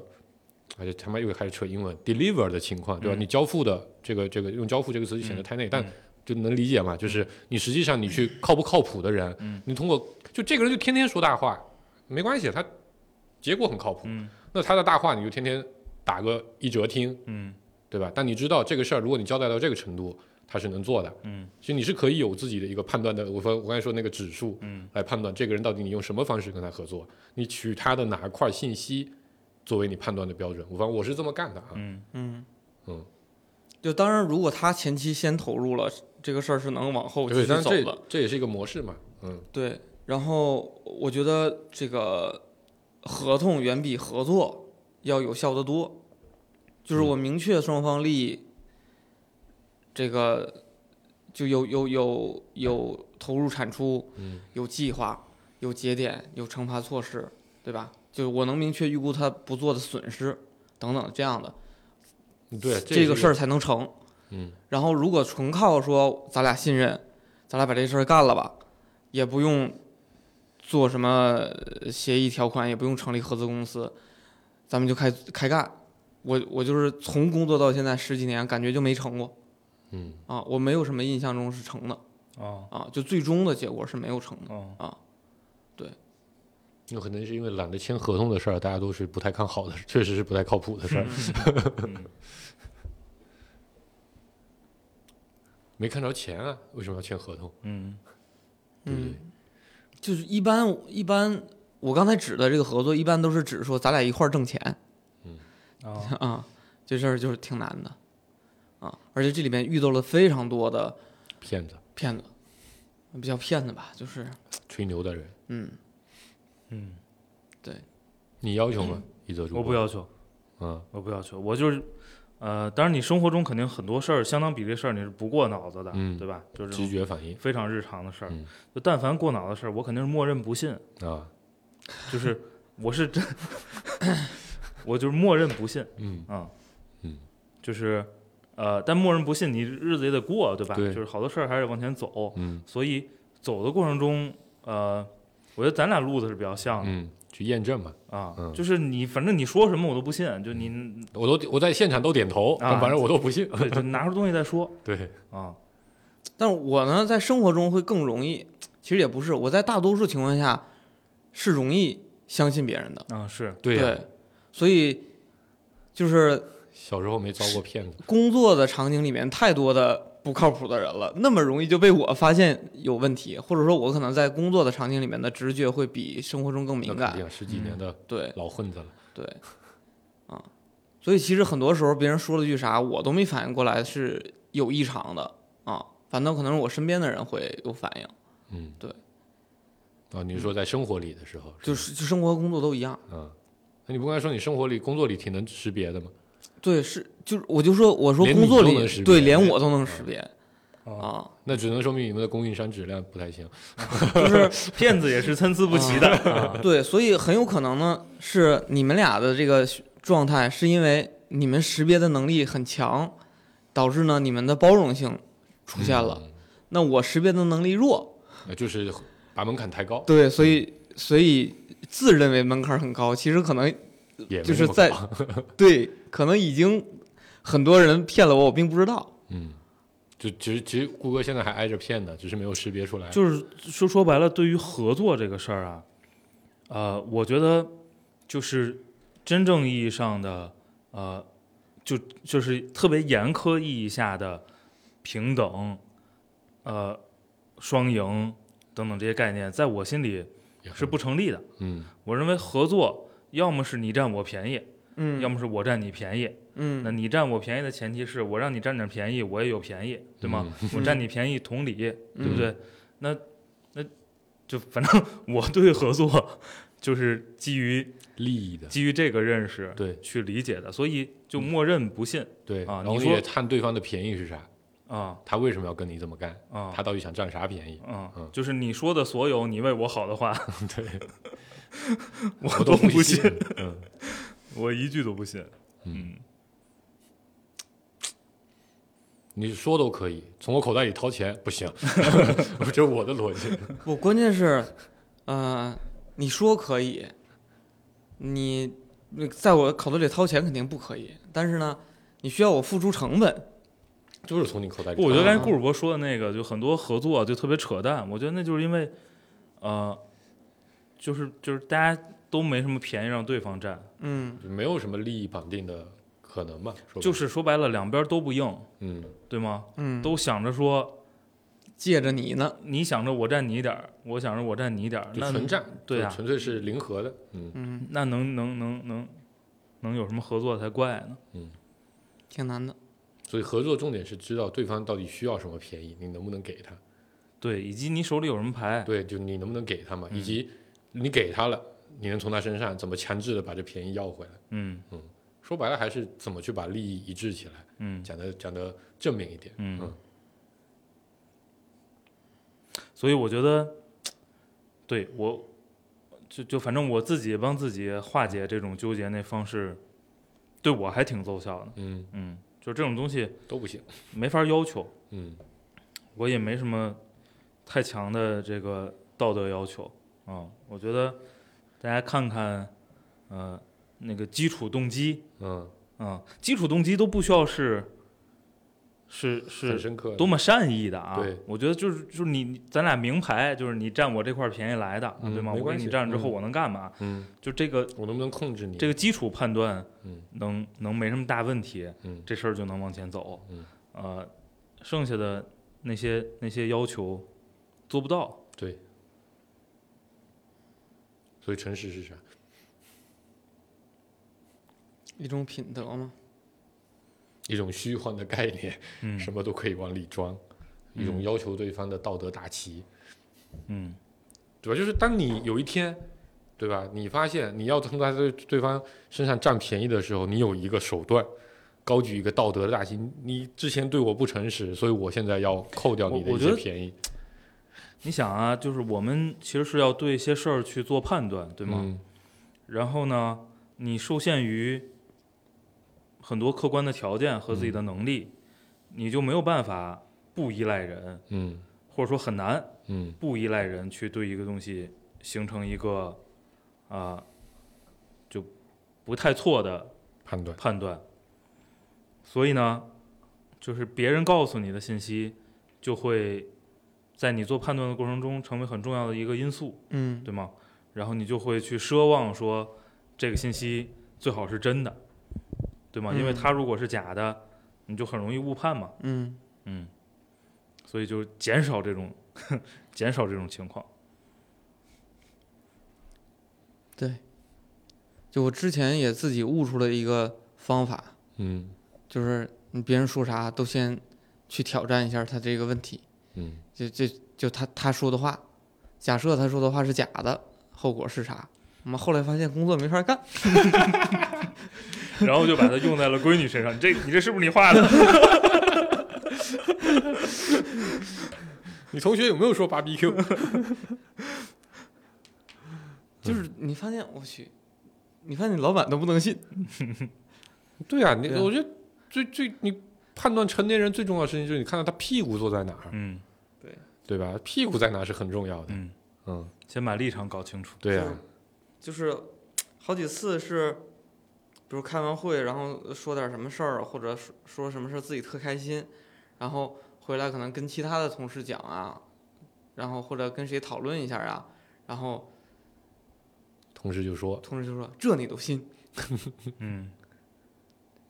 而且他妈又开始扯英文 deliver 的情况，对吧？嗯你交付的这个这个用交付这个词就显得太内，但就能理解嘛？就是你实际上你去靠不靠谱的人，嗯你通过就这个人就天天说大话，没关系，他结果很靠谱。嗯那他的大话你就天天打个一折听，嗯对吧？但你知道这个事儿，如果你交代到这个程度，他是能做的。嗯，其实你是可以有自己的一个判断的。我说我刚才说那个指数，嗯，来判断这个人到底你用什么方式跟他合作，你取他的哪块信息作为你判断的标准。我反正我是这么干的啊。嗯嗯，嗯嗯，就当然，如果他前期先投入了，这个事儿是能往后继对，续但是走这的。这也是一个模式嘛。嗯对，然后我觉得这个合同远比合作要有效的多，就是我明确双方利益，这个就有有有有投入产出，嗯有计划，有节点，有惩罚措施，对吧？就是我能明确预估他不做的损失等等这样的，对，这个个事儿才能成。嗯然后如果纯靠说咱俩信任，咱俩把这事儿干了吧，也不用做什么呃协议条款，也不用成立合资公司，咱们就开开干。我我就是从工作到现在十几年，感觉就没成过嗯，啊，我没有什么印象中是成的哦啊，就最终的结果是没有成的。哦，有可能是因为懒得签合同的事儿，大家都是不太看好的，确实是不太靠谱的事儿，嗯 [LAUGHS] 没看着钱啊，为什么要签合同？嗯对不对？嗯就是一般一般，我刚才指的这个合作，一般都是指说咱俩一块儿挣钱哦啊，这事儿就是挺难的。啊，而且这里面遇到了非常多的 [LAUGHS] 骗子、骗子，比较骗子吧，就是吹牛的人，嗯，嗯，你要求吗？一泽主播，我不要求，嗯，我不要求，我就是，呃，当然你生活中肯定很多事儿，相当比例事儿你是不过脑子的，嗯对吧？就是这直种觉反应非常日常的事儿，嗯就但凡过脑子的事儿，我肯定是默认不信，啊，就是我是真， [LAUGHS] 我就是默认不信嗯啊，嗯，就是呃，但默认不信，你日子也得过，对吧？对就是好多事儿还是得往前走，嗯所以走的过程中，呃，我觉得咱俩路子是比较像的、嗯，去验证嘛。啊，嗯就是你反正你说什么我都不信，就你、我都我在现场都点头，啊但反正我都不信。对，就拿出东西再说对，啊，但是我呢，在生活中会更容易，其实也不是，我在大多数情况下是容易相信别人的，啊是，对呀，所以就是小时候没遭过骗子，工作的场景里面太多的不靠谱的人了，那么容易就被我发现有问题，或者说我可能在工作的场景里面的直觉会比生活中更那 [LAUGHS] 敏肯感，嗯定十几年的对老混子了。对，啊，所以其实很多时候别人说了句啥，我都没反应过来是有异常的啊，反倒可能是我身边的人会有反应，嗯，对。啊，你是说在生活里的时候，就是是就生活和工作都一样。吧嗯，那你不刚才说你生活里、工作里挺能识别的吗？对，是就是，我就说，我说连工你作都里能识别嗯对，连我都能识别啊哦，那只能说明你们的供应商质量不太行。啊 [LAUGHS] 就是骗子也是参差不齐的，啊对，所以很有可能呢，是你们俩的这个状态，是因为你们识别的能力很强，导致呢你们的包容性出现了。那我识别的能力弱，嗯，就是把门槛抬高，对，所以所以自认为门槛很高，其实可能也没就那是么在高 [LAUGHS] 对，可能已经很多人骗了我，我并不知道。嗯，就其实其实顾哥现在还挨着骗呢，只是没有识别出来。就是说说白了，对于合作这个事儿啊，呃，我觉得就是真正意义上的呃，就就是特别严苛意义下的平等，呃，双赢等等这些概念，在我心里也很是不成立的。嗯我认为合作要么是你占我便宜，嗯，要么是我占你便宜。嗯，那你占我便宜的前提是我让你占点便宜，我也有便宜，对吗？嗯我占你便宜同理，对不对？那那就反正 [LAUGHS] 我对合作就是基于利益的，基于这个认识对嗯去理解的，所以就默认不信对，啊然后你也说看对方的便宜是啥，啊他为什么要跟你这么干，啊他到底想占啥 [LAUGHS] 便宜？啊嗯！就是你说的所有你为我好的话， [LAUGHS] 对，我我都不信，。嗯，我一句都不信。嗯嗯，你说都可以，从我口袋里掏钱 [LAUGHS] 不行，我这是我的逻辑。不，关键是，呃，你说可以，你那在我口袋里掏钱肯定不可以，但是呢，你需要我付出成本。就是从你口袋里不，掏。我觉得刚才啊顾主播说的那个，就很多合作就特别扯淡。我觉得那就是因为，呃，就是就是大家都没什么便宜让对方占，嗯，没有什么利益绑定的可能嘛，说白了就是说白了两边都不硬，嗯，对吗？嗯都想着说，借着你呢。你想着我占你一点儿，我想着我占你一点儿，就那纯占，对就啊纯粹是零和的，嗯，嗯，那能能能能能有什么合作才怪呢？挺难的。所以合作重点是知道对方到底需要什么便宜，你能不能给他？对，以及你手里有什么牌？对，就你能不能给他嗯嘛，以及你给他了，你能从他身上怎么强制的把这便宜要回来？嗯说白了还是怎么去把利益一致起来，嗯讲的讲的正面一点，嗯嗯。所以我觉得，对我，就就反正我自己帮自己化解这种纠结那方式，对我还挺奏效的。嗯，嗯，就这种东西都不行，没法要求，嗯，我也没什么太强的这个道德要求啊、我觉得大家看看，呃，那个基础动机嗯，啊、基础动机都不需要是是很是深刻的，多么善意的啊！对我觉得就是就是你你咱俩明牌，就是你占我这块便宜来的，啊嗯对吗？没我关给你系占了之后嗯我能干嘛？嗯，就这个我能不能控制你？这个基础判断嗯能能没什么大问题，嗯这事儿就能往前走。嗯呃，剩下的那些那些要求做不到，对，所以诚实是啥？一种品德嘛，一种虚幻的概念，嗯什么都可以往里装，一种要求对方的道德大旗，嗯对吧？就是当你有一天，对吧？你发现你要从他对对方身上占便宜的时候，你有一个手段，高举一个道德的大旗。你之前对我不诚实，所以我现在要扣掉你的我一我些觉得便宜，你想啊，就是我们其实是要对一些事儿去做判断，对吗？嗯然后呢，你受限于很多客观的条件和自嗯己的能力，你就没有办法不依赖人，嗯或者说很难嗯不依赖人去对一个东西形成一个啊、就不太错的判断，判断。所以呢，就是别人告诉你的信息，就会在你做判断的过程中成为很重要的一个因素，嗯，对吗？然后你就会去奢望说这个信息最好是真的，对吗？因为嗯它如果是假的，你就很容易误判嘛。嗯，嗯，所以就减少这种 [LAUGHS] 减少这种情况。就我之前也自己悟出了一个方法，嗯就是你别人说啥都先去挑战一下他这个问题，嗯就就就他他说的话，假设他说的话是假的，后果是啥？我们后来发现工作没法干，然后就把它用在了闺女身上。你这你这是不是你画的？你同学有没有说 BBQ？就是你发现我去，你看你老板都不能信， [LAUGHS] 对啊，你对啊我觉得最最你判断成年人最重要的事情就是你看到他屁股坐在哪儿，嗯对吧？屁股在哪是很重要的。嗯，嗯，先把立场搞清楚。对就是啊，就是好几次是，比如开完会，然后说点什么事儿，或者说说什么事儿自己特开心，然后回来可能跟其他的同事讲啊，然后或者跟谁讨论一下啊，然后同事就说同事就说这你都信，嗯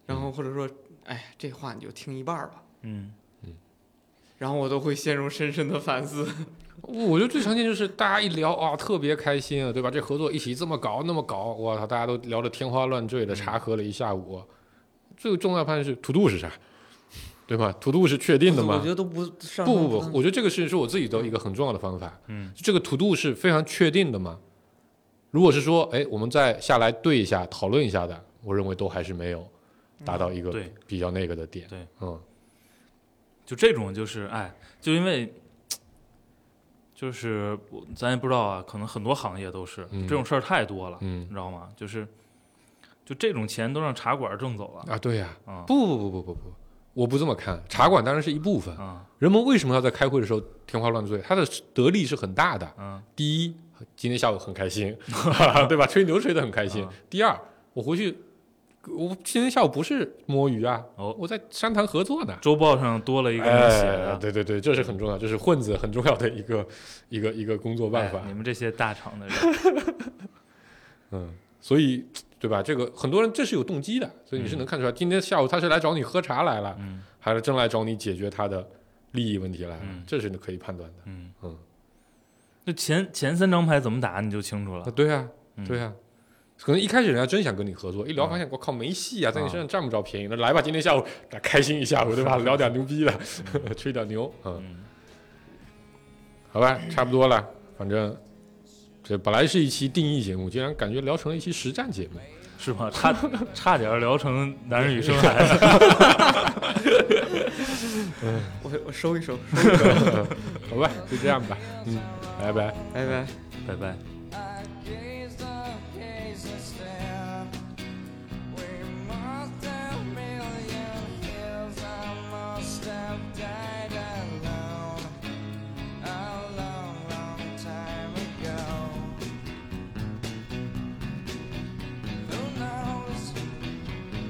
然后或者说哎这话你就听一半儿吧，嗯然后我都会陷入深深的反 [LAUGHS] 思。我觉得最常见就是大家一聊啊，特别开心啊，对吧？这合作一起这么搞那么搞，我操，大家都聊得天花乱坠的，查核了一下午。最重要的判断是 to do 是啥，对吧？to do 是确定的我吗觉？得都不上不升不不，我觉得这个是是我自己的一个很重要的方法。嗯，这个 to do 是非常确定的吗？如果是说，哎，我们再下来对一下、讨论一下的，我认为都还是没有达到一个对比较那个的点。对，嗯，就这种就是哎，就因为就是我咱也不知道啊，可能很多行业都是、嗯这种事儿太多了，嗯你知道吗？就是就这种钱都让茶馆挣走了啊，对呀、啊不不不不不不，我不这么看。茶馆当然是一部分，啊人们为什么要在开会的时候天花乱坠？它的得利是很大的。啊第一，今天下午很 [LAUGHS] 开心，哈哈对吧？吹牛吹得很开心啊。第二，我回去，我今天下午不是摸鱼啊，哦我在商谈合作呢。周报上多了一个啊能写的。哎，对对对，这是很重要，这是混子很重要的一个 [LAUGHS] 一个一个工作办法。哎你们这些大厂 [LAUGHS] 的人，嗯，所以对吧？这个很多人这是有动机的，所以你是能看出来，今天下午他是来找你喝茶来了，嗯还是真来找你解决他的利益问题来了，嗯这是可以判断的。嗯嗯，就前前三张牌怎么打你就清楚啊，了。对啊，嗯对啊。可能一开始人家真想跟你合作，一聊发现我靠没戏啊，在你身嗯上占不着便宜。那来吧，今天下午咱开心一下午，[LAUGHS] 对吧？聊点牛逼的， [LAUGHS] 吹点牛，嗯，嗯好吧，差不多了。反正这本来是一期定义节目，竟然感觉聊成了一期实战节目。是吗？差差点聊成男人与 [LAUGHS] 生孩子。我我收一收，好吧， [LAUGHS] 就这样吧，嗯，拜拜。拜拜。拜拜。 I gazed, I gazed and stared. We must have million years. I must have died alone a long, long time ago. Who knows?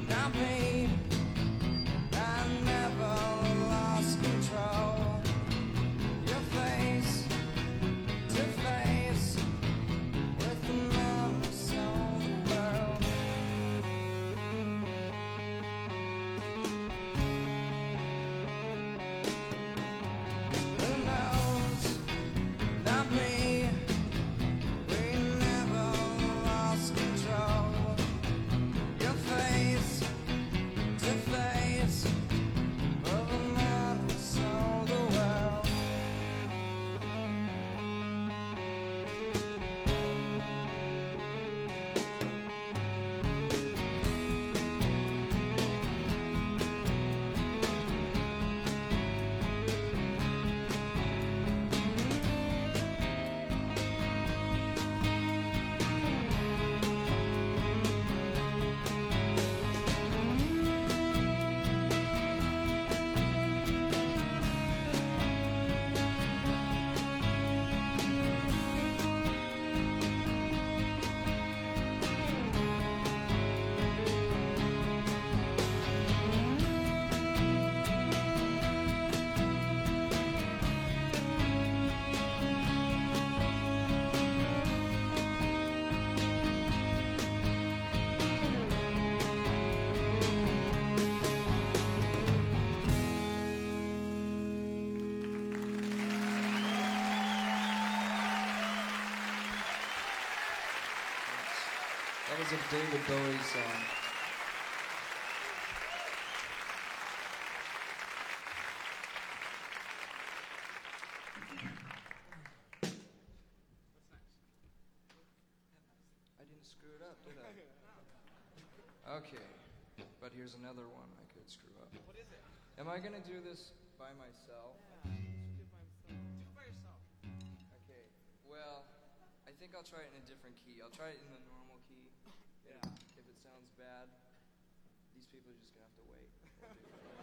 Not me. I never lost control. Your face to face. was a David Bowie song. I didn't screw it up, did I? Okay, but here's another one I could screw up. What is it? Am I gonna do this by myself? Okay, well, I think I'll try it in a different key. I'll try it in the normal [LAUGHS] key. Yeah. If it sounds bad, these people are just gonna have to wait. We'll do it.